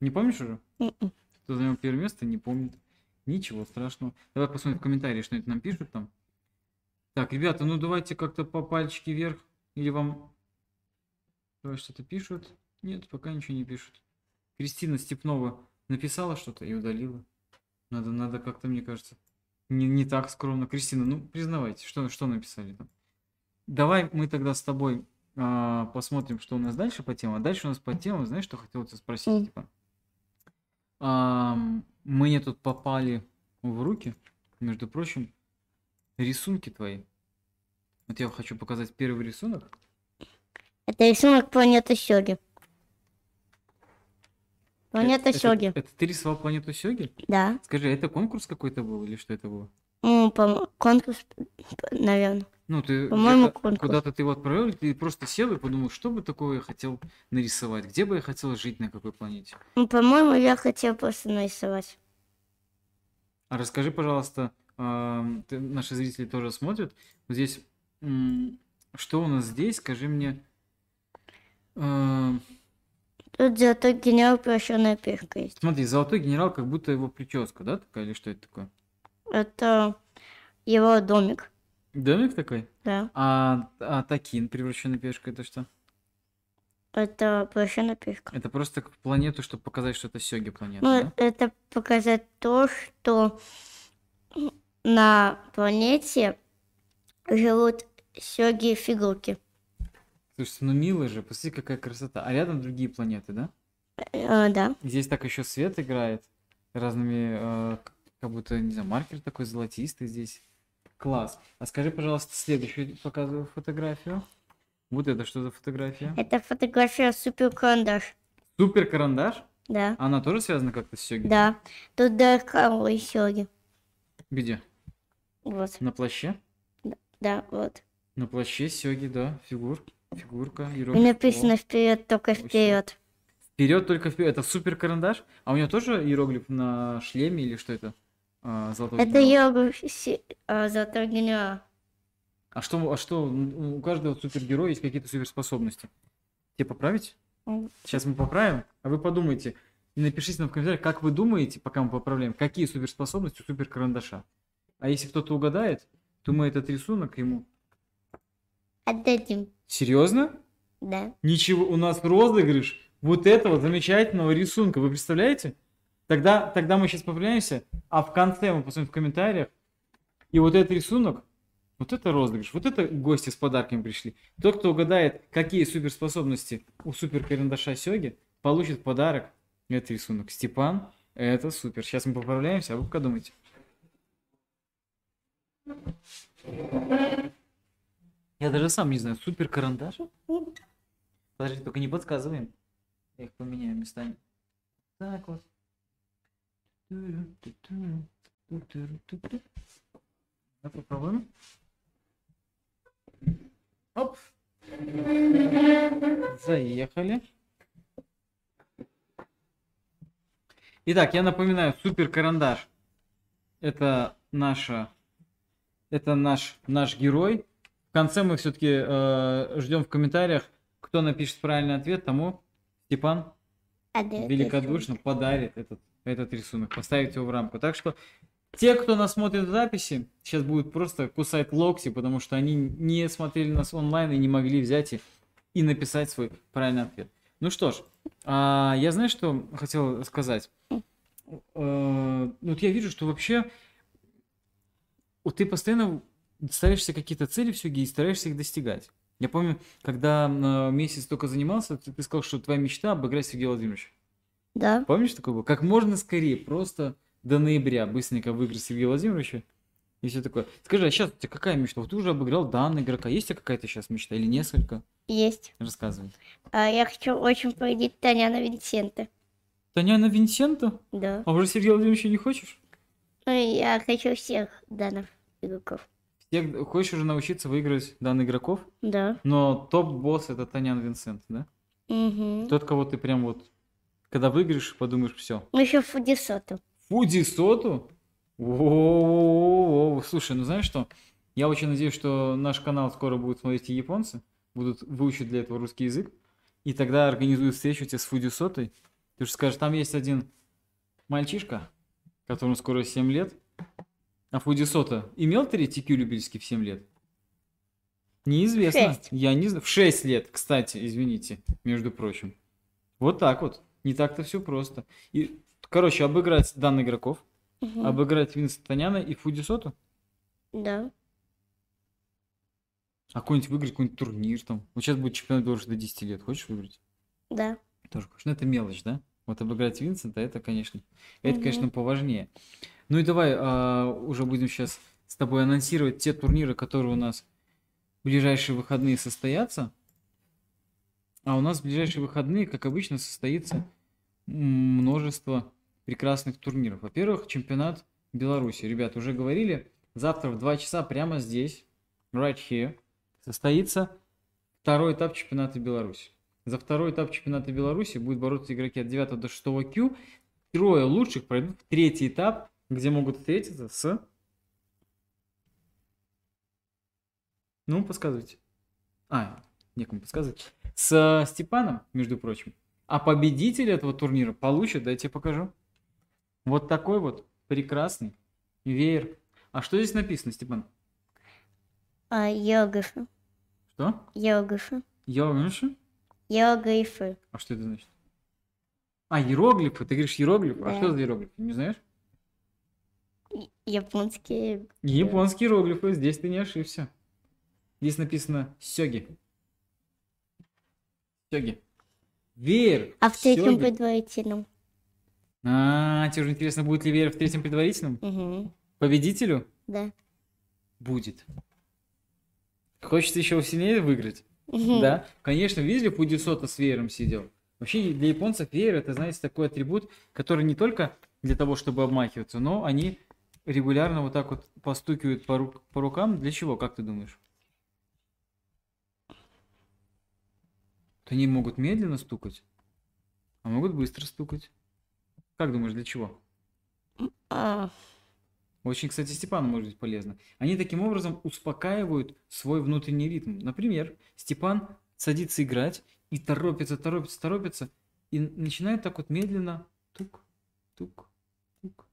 [SPEAKER 2] Не помнишь уже?
[SPEAKER 1] м-м.
[SPEAKER 2] Кто занял первое место, не помнит. Ничего страшного. Давай посмотрим в комментарии, что это нам пишут там. Так, ребята, ну давайте как-то по пальчики вверх. Или вам Давай, что-то пишут? Нет, пока ничего не пишут. Кристина Степнова написала что-то и удалила. Надо, надо как-то, мне кажется, не, не так скромно. Кристина, ну признавайте, что, что написали там. Давай мы тогда с тобой а, посмотрим, что у нас дальше по темам. А дальше у нас по темам, знаешь, что хотел тебя спросить, типа,
[SPEAKER 1] Мгм.
[SPEAKER 2] Степан? А, мне тут попали в руки, между прочим, рисунки твои. Вот я хочу показать первый рисунок.
[SPEAKER 1] Это рисунок планеты Сёги. Планета
[SPEAKER 2] Это-
[SPEAKER 1] Сёги.
[SPEAKER 2] Это, ты рисовал планету Сёги?
[SPEAKER 1] Да.
[SPEAKER 2] Скажи, а это конкурс какой-то был или что это было?
[SPEAKER 1] Ну, по конкурс, наверное.
[SPEAKER 2] Ну, ты
[SPEAKER 1] По-моему,
[SPEAKER 2] где-то
[SPEAKER 1] конкурс.
[SPEAKER 2] куда-то ты его отправил, или ты просто сел и подумал, что бы такое я хотел нарисовать, где бы я хотел жить, на какой планете.
[SPEAKER 1] Ну, по-моему, я хотела просто нарисовать.
[SPEAKER 2] А расскажи, пожалуйста, ам, ты- наши зрители тоже смотрят. Вот здесь, м, что у нас здесь, скажи мне. а, Ам,
[SPEAKER 1] Тут золотой генерал превращенная пешка есть.
[SPEAKER 2] Смотри, золотой генерал, как будто его прическа, да, такая, или что это такое?
[SPEAKER 1] Это его домик,
[SPEAKER 2] Домик такой?
[SPEAKER 1] да.
[SPEAKER 2] А, а Такин, превращенный пешкой, это что?
[SPEAKER 1] Это превращенная пешка.
[SPEAKER 2] Это просто как планету, чтобы показать, что это Сёги планета,
[SPEAKER 1] Ну,
[SPEAKER 2] да?
[SPEAKER 1] это показать то, что на планете живут сёги и фигурки.
[SPEAKER 2] Слушайте, ну мило же, посмотри, какая красота. А рядом другие планеты, да?
[SPEAKER 1] Э, да.
[SPEAKER 2] Здесь так еще свет играет разными, э, к- как будто, не знаю, маркер такой золотистый здесь. Класс. А скажи, пожалуйста, следующую показываю фотографию. Вот это что за фотография?
[SPEAKER 1] Это фотография супер карандаш.
[SPEAKER 2] Супер карандаш.
[SPEAKER 1] Да.
[SPEAKER 2] Она тоже связана как-то с Сёги?
[SPEAKER 1] Да. Тут Даркао и сёги.
[SPEAKER 2] Где?
[SPEAKER 1] Вот.
[SPEAKER 2] На плаще?
[SPEAKER 1] Да, вот.
[SPEAKER 2] На плаще Сёги, да, фигур, фигурка.
[SPEAKER 1] И написано вперед, только
[SPEAKER 2] Очень.
[SPEAKER 1] вперед.
[SPEAKER 2] Вперед только вперед. Это супер карандаш. А у нее тоже иероглиф на шлеме или что это? А, золотой
[SPEAKER 1] Это
[SPEAKER 2] генерал.
[SPEAKER 1] йогурт си- а, золотого генерала.
[SPEAKER 2] А что, а что м, у каждого супергероя есть какие-то суперспособности? Тебе поправить?
[SPEAKER 1] М.
[SPEAKER 2] Сейчас мы поправим, а вы подумайте и напишите нам в комментариях, как вы думаете, пока мы поправляем, какие суперспособности у суперкарандаша. А если кто-то угадает, то мы этот рисунок ему...
[SPEAKER 1] Отдадим,
[SPEAKER 2] Серьезно?
[SPEAKER 1] да.
[SPEAKER 2] Ничего, у нас розыгрыш вот этого замечательного рисунка. Вы представляете? Тогда, тогда мы сейчас поправляемся, а в конце мы посмотрим в комментариях. И вот этот рисунок, вот это розыгрыш, вот это гости с подарками пришли. Тот, кто угадает, какие суперспособности у суперкарандаша Сёги, получит в подарок этот рисунок. Степан, это супер. Сейчас мы поправляемся, а вы пока думайте. Я даже сам не знаю, супер карандаш? Подожди, только не подсказываем. Я их поменяю местами. Так вот. Ну, Ту-ру-ту-ту, ту-ту-ру-ту-ту. Давай попробуем. Оп. Заехали. Итак, я напоминаю, супер карандаш. Это наша, это наш наш герой. В конце мы все-таки ждем в комментариях, кто напишет правильный ответ, тому Степан
[SPEAKER 1] Отдает
[SPEAKER 2] великодушно подарит этот, этот рисунок, поставит его в рамку. Так что те, кто нас смотрит в записи, сейчас будут просто кусать локти, потому что они не смотрели нас онлайн и не могли взять и, и написать свой правильный ответ. Ну что ж, а, я знаю, что хотел сказать. Э, Вот я вижу, что вообще вот ты постоянно ставишься какие-то цели в Сёге и стараешься их достигать. Я помню, когда м, месяц только занимался, ты, ты сказал, что твоя мечта обыграть Сергея Владимировича.
[SPEAKER 1] Да,
[SPEAKER 2] Помнишь такое было? Как можно скорее, просто до ноября быстренько выиграть Сергея Владимировича и все такое. Скажи, а сейчас у тебя какая мечта? Вот ты уже обыграл данного игрока. Есть у тебя какая-то сейчас мечта или несколько?
[SPEAKER 1] есть.
[SPEAKER 2] Рассказывай.
[SPEAKER 1] А я хочу очень победить Таняна Винсента.
[SPEAKER 2] Таняна Винсента?
[SPEAKER 1] Да.
[SPEAKER 2] А уже Сергея Владимировича не хочешь?
[SPEAKER 1] Ну, и я хочу всех данных игроков.
[SPEAKER 2] Всех- хочешь уже научиться выиграть данных игроков?
[SPEAKER 1] Да.
[SPEAKER 2] Но топ-босс это Танян Винсент, да?
[SPEAKER 1] Угу.
[SPEAKER 2] Тот, кого ты прям вот, когда выиграешь, подумаешь, все,
[SPEAKER 1] Еще Ну, Фудисоту.
[SPEAKER 2] Фуди Соту? Воу-воу-воу-воу. Слушай, ну знаешь что? Я очень надеюсь, что наш канал скоро будут смотреть и японцы, будут выучить для этого русский язык, и тогда организуют встречу тебе с Фуди Сотой. Ты же скажешь, там есть один мальчишка, которому скоро 7 лет, а Фуди Сота имел третий кью любительский в 7 лет? Неизвестно.
[SPEAKER 1] Шесть.
[SPEAKER 2] Я не знаю. В 6 лет, кстати, извините, между прочим. Вот так вот. Не так-то все просто. И, короче, обыграть данных игроков,
[SPEAKER 1] Мгм.
[SPEAKER 2] обыграть Винса Таняна и Фудисоту,
[SPEAKER 1] Да.
[SPEAKER 2] а какой-нибудь выиграть какой-нибудь турнир там. Вот сейчас будет чемпионат Беларуси до 10 лет. Хочешь выиграть?
[SPEAKER 1] Да.
[SPEAKER 2] Тоже хочешь. Ну, это мелочь, да? Вот обыграть Винсента, это, конечно, это,
[SPEAKER 1] Мгм.
[SPEAKER 2] конечно, поважнее. Ну и давай а, уже будем сейчас с тобой анонсировать те турниры, которые у нас в ближайшие выходные состоятся. А у нас в ближайшие выходные, как обычно, состоится м, множество прекрасных турниров. Во-первых, чемпионат Беларуси. Ребят, уже говорили, завтра в 2 часа прямо здесь, right here, состоится второй этап чемпионата Беларуси. За второй этап чемпионата Беларуси будут бороться игроки от 9 до 6 Q. Трое лучших пройдут в третий этап, где могут встретиться с... Ну, подсказывайте. А, некому подсказывать. С э, Степаном, между прочим. А победитель этого турнира получит, дайте я покажу. Вот такой вот прекрасный веер. А что здесь написано, Степан?
[SPEAKER 1] А, йогыфы.
[SPEAKER 2] Что?
[SPEAKER 1] Йогыфы.
[SPEAKER 2] Йогнуши?
[SPEAKER 1] Йогыфы.
[SPEAKER 2] А что это значит? А, иероглифы. Ты говоришь иероглифы? А
[SPEAKER 1] Да.
[SPEAKER 2] что за иероглифы? Не знаешь?
[SPEAKER 1] И- Японские.
[SPEAKER 2] Японские иероглифы. Здесь ты не ошибся. Здесь написано сёги. Сёги. Веер.
[SPEAKER 1] А в третьем
[SPEAKER 2] сёги.
[SPEAKER 1] предварительном.
[SPEAKER 2] А, тебе же интересно, будет ли веер в третьем предварительном?
[SPEAKER 1] Мгм.
[SPEAKER 2] Победителю?
[SPEAKER 1] Да.
[SPEAKER 2] Будет. Хочется еще сильнее выиграть?
[SPEAKER 1] Мгм.
[SPEAKER 2] Да. Конечно, видели, Пудисота с веером сидел. Вообще для японцев веер это, знаете, такой атрибут, который не только для того, чтобы обмахиваться, но они регулярно вот так вот постукивают по, рук- по рукам. Для чего, как ты думаешь? Вот Они могут медленно стукать, а могут быстро стукать. Как думаешь, для чего?
[SPEAKER 1] А,
[SPEAKER 2] Очень, кстати, Степану может быть полезно. Они таким образом успокаивают свой внутренний ритм. Например, Степан садится играть и торопится, торопится, торопится, и начинает так вот медленно тук, тук, тук,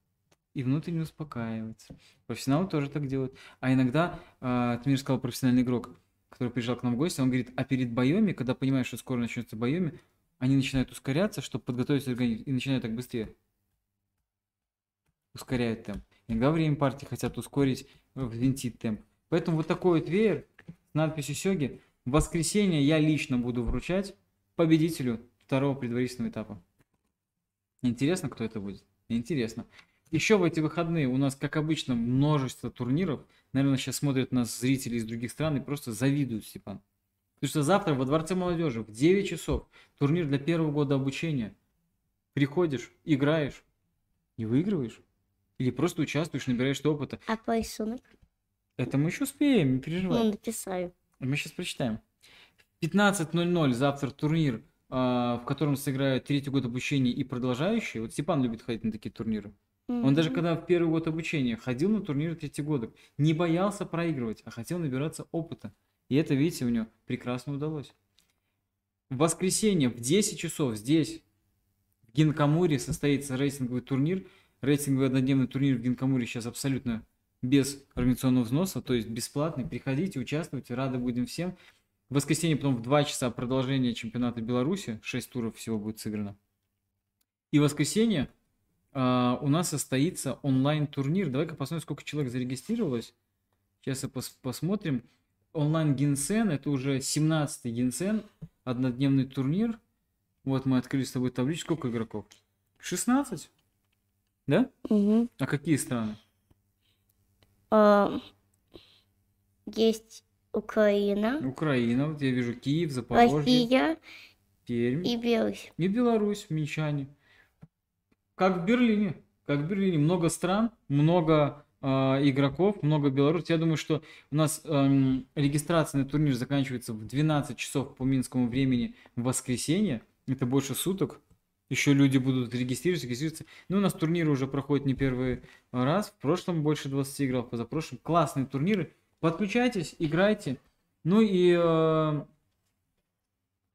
[SPEAKER 2] и внутренне успокаивается. Профессионалы тоже так делают. А иногда, а, ты мне сказал профессиональный игрок, который приезжал к нам в гости, он говорит, а перед боями, когда понимаешь, что скоро начнется боями, они начинают ускоряться, чтобы подготовить организм, и начинают так быстрее. Ускоряют темп. Иногда время партии хотят ускорить, э, взвинтить темп. Поэтому вот такой вот веер с надписью Сёги в воскресенье я лично буду вручать победителю второго предварительного этапа. Интересно, кто это будет? Интересно. Еще в эти выходные у нас, как обычно, множество турниров. Наверное, сейчас смотрят нас зрители из других стран и просто завидуют, Степан. Потому что завтра во Дворце молодежи в 9 часов турнир для первого года обучения. Приходишь, играешь и выигрываешь. Или просто участвуешь, набираешь опыта.
[SPEAKER 1] а по рисунок?
[SPEAKER 2] Это мы еще успеем, не переживай.
[SPEAKER 1] Ну, написаю.
[SPEAKER 2] Мы сейчас прочитаем. В 15.00 завтра турнир, а, в котором сыграют третий год обучения и продолжающие. Вот Степан любит ходить на такие турниры. Он даже когда в первый год обучения ходил на турниры третьегодок, не боялся проигрывать, а хотел набираться опыта. И это, видите, у него прекрасно удалось. В воскресенье в 10 часов здесь, в Гинкамуре, состоится рейтинговый турнир. Рейтинговый однодневный турнир в Гинкамуре сейчас абсолютно без организационного взноса, то есть бесплатный. Приходите, участвуйте, рады будем всем. В воскресенье потом в 2 часа продолжение чемпионата Беларуси. 6 туров всего будет сыграно. И в воскресенье а, у нас состоится онлайн-турнир. Давай-ка посмотрим, сколько человек зарегистрировалось. Сейчас и пос- посмотрим. Онлайн-генсен, это уже 17-й генсен, однодневный турнир. Вот мы открыли с тобой табличку. Сколько игроков? 16? Да?
[SPEAKER 1] Мгм.
[SPEAKER 2] А какие страны?
[SPEAKER 1] А, есть
[SPEAKER 2] Ну,
[SPEAKER 1] Украина,
[SPEAKER 2] Украина, вот я вижу Киев, Запорожье,
[SPEAKER 1] Россия
[SPEAKER 2] Пермь.
[SPEAKER 1] и Беларусь.
[SPEAKER 2] И Беларусь, минчане. Как в Берлине. Как в Берлине. Много стран, много э, игроков, много белорусов. Я думаю, что у нас эм, регистрация на турнир заканчивается в 12 часов по минскому времени в воскресенье. Это больше суток. Еще люди будут регистрироваться, регистрироваться. Ну, у нас турниры уже проходят не первый раз. В прошлом больше 20 играл, позапрошлом. Классные турниры. Подключайтесь, играйте. Ну и э,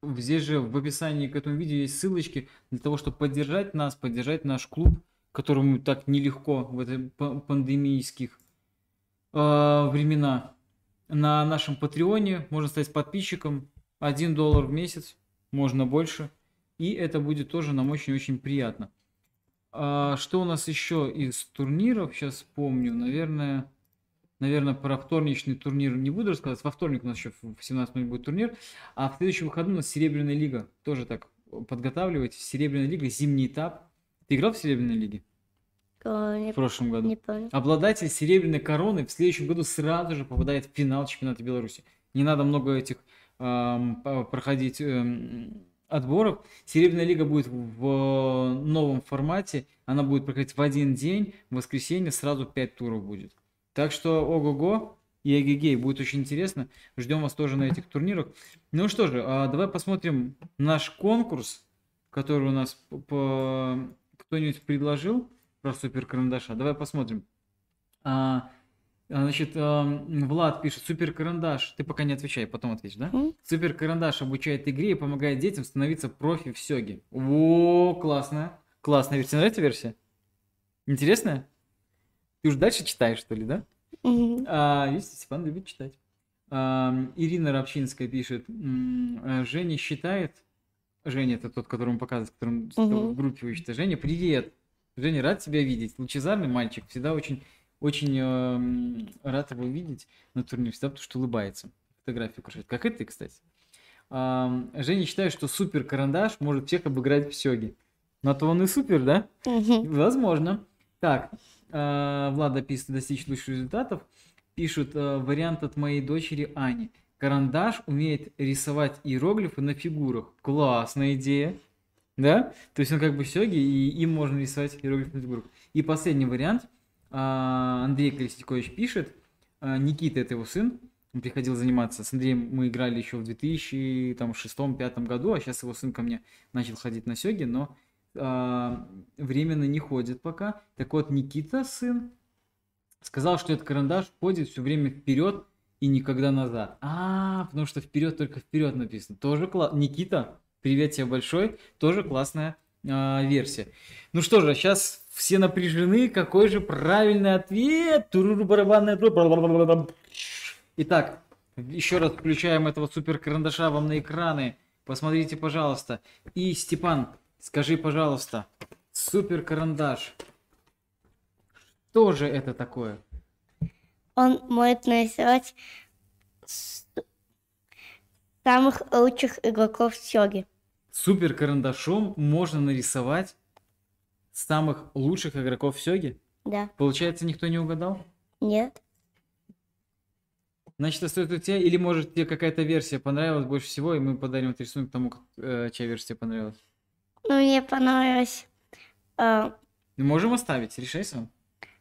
[SPEAKER 2] в- Здесь же в описании к этому видео есть ссылочки для того, чтобы поддержать нас, поддержать наш клуб, которому так нелегко в этой па- пандемийских э, времена. На нашем Патреоне можно стать подписчиком. 1 доллар в месяц, можно больше. И это будет тоже нам очень-очень приятно. А, что у нас еще из турниров? Сейчас вспомню. Наверное, наверное, про вторничный турнир не буду рассказывать. Во вторник у нас еще в 17.00 будет турнир. А в следующем году у нас Серебряная лига. Тоже так подготавливайте. Серебряная лига, зимний этап. Ты играл в Серебряной лиге
[SPEAKER 1] А, не,
[SPEAKER 2] в прошлом году?
[SPEAKER 1] не помню.
[SPEAKER 2] Обладатель серебряной короны в следующем году сразу же попадает в финал чемпионата Беларуси. Не надо много этих эм, п- проходить эм, отборов. Серебряная лига будет в новом формате. Она будет проходить в один день. В воскресенье сразу 5 туров будет. Так что ого-го и эгегей. Будет очень интересно. Ждем вас тоже на этих турнирах. Ну что же, а давай посмотрим наш конкурс, который у нас п- по- кто-нибудь предложил про супер карандаша. Давай посмотрим. А, а, значит, ам, Влад пишет, супер карандаш. Ты пока не отвечай, потом ответишь, да?
[SPEAKER 1] Мгм.
[SPEAKER 2] Супер карандаш обучает игре и помогает детям становиться профи в сёге. О, классно. Классная версия. Нравится версия? Интересная? Ты уже дальше читаешь, что ли, да?
[SPEAKER 1] Мгм.
[SPEAKER 2] А, видите, Степан любит читать. Ам, Ирина Рабчинская пишет. м, э, Женя считает... Женя, это тот, которому показывает, которым с тобой
[SPEAKER 1] Мгм.
[SPEAKER 2] в группе вы считаете. Женя, привет! Женя, рад тебя видеть. Лучезарный мальчик. Всегда очень, очень эм, рад его видеть на турнире. Всегда потому что улыбается. Фотографию украшает. Как и ты, кстати. Ам, Женя считает, что супер карандаш может всех обыграть в сёге. На то он и супер, да?
[SPEAKER 1] Мгм.
[SPEAKER 2] Возможно. Так, э, Влада пишет достичь лучших результатов. Пишут э, вариант от моей дочери Ани. Карандаш умеет рисовать иероглифы на фигурах. Классная идея. Да? То есть он как бы сёги, и им можно рисовать иероглифы на фигурах. И последний вариант. А, Андрей Колесникович пишет. а, Никита, это его сын, он приходил заниматься. С Андреем мы играли еще в 2006-2005 году, а сейчас его сын ко мне начал ходить на сёги, но а, временно не ходит пока. Так вот, Никита, сын, сказал, что этот карандаш ходит все время вперед и никогда назад. А, потому что вперед только вперед написано. Тоже классно. Никита, привет тебе большой. Тоже классная а, версия. Ну что же, сейчас все напряжены. Какой же правильный ответ? Туруру барабанная дробь. Бла-бла-бла-бла-бла. Итак, еще раз включаем этого супер карандаша вам на экраны. Посмотрите, пожалуйста. И, Степан, скажи, пожалуйста, супер карандаш. Что же это такое?
[SPEAKER 1] Он может нарисовать с- самых лучших игроков Сёги.
[SPEAKER 2] Супер карандашом можно нарисовать самых лучших игроков в Сёге?
[SPEAKER 1] Да.
[SPEAKER 2] Получается, никто не угадал?
[SPEAKER 1] Нет.
[SPEAKER 2] Значит, остается у тебя, или может тебе какая-то версия понравилась больше всего, и мы подарим этот рисунок тому, как- э, чья версия тебе понравилась.
[SPEAKER 1] Ну, мне понравилось а,
[SPEAKER 2] Ну, Можем оставить, решай сам.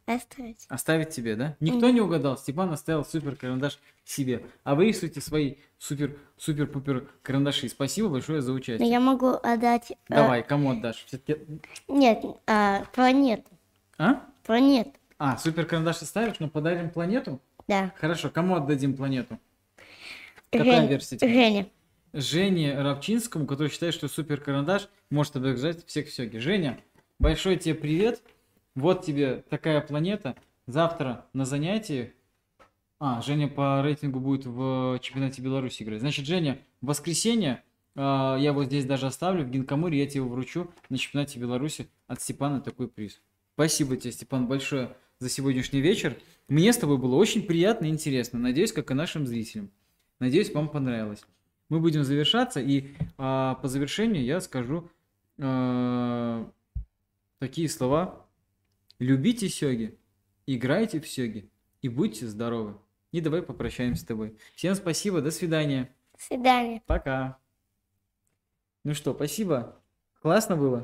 [SPEAKER 1] оставить.
[SPEAKER 2] Оставить тебе, да? Никто
[SPEAKER 1] Мгм.
[SPEAKER 2] не угадал. Степан оставил супер карандаш себе. А вы рисуйте свои супер супер пупер карандаши. Спасибо большое за
[SPEAKER 1] Но
[SPEAKER 2] участие.
[SPEAKER 1] я могу отдать... а,
[SPEAKER 2] Давай, кому отдашь? Всё-таки-
[SPEAKER 1] нет, а, планет.
[SPEAKER 2] А?
[SPEAKER 1] Планет.
[SPEAKER 2] А, супер карандаш оставишь, но подарим планету?
[SPEAKER 1] Да. хорошо
[SPEAKER 2] Хорошо, кому отдадим планету? Какая версия тебе?
[SPEAKER 1] Женя.
[SPEAKER 2] Жене Равчинскому, который считает, что супер карандаш может обыграть всех в сёге. Женя, большой тебе привет. Вот тебе такая планета. Завтра на занятии. А, Женя по рейтингу будет в чемпионате Беларуси играть. Значит, Женя, в воскресенье а, я вот здесь даже оставлю, в Гинкамуре я тебе его вручу на чемпионате Беларуси от Степана такой приз. Спасибо тебе, Степан, большое за сегодняшний вечер. Мне с тобой было очень приятно и интересно. Надеюсь, как и нашим зрителям. Надеюсь, вам понравилось мы будем завершаться, и а, по завершению я скажу э, такие слова. Любите сёги, играйте в сёги и будьте здоровы. И давай попрощаемся с тобой. Всем спасибо, до свидания,
[SPEAKER 1] До свидания.
[SPEAKER 2] пока. Ну что, спасибо, классно было.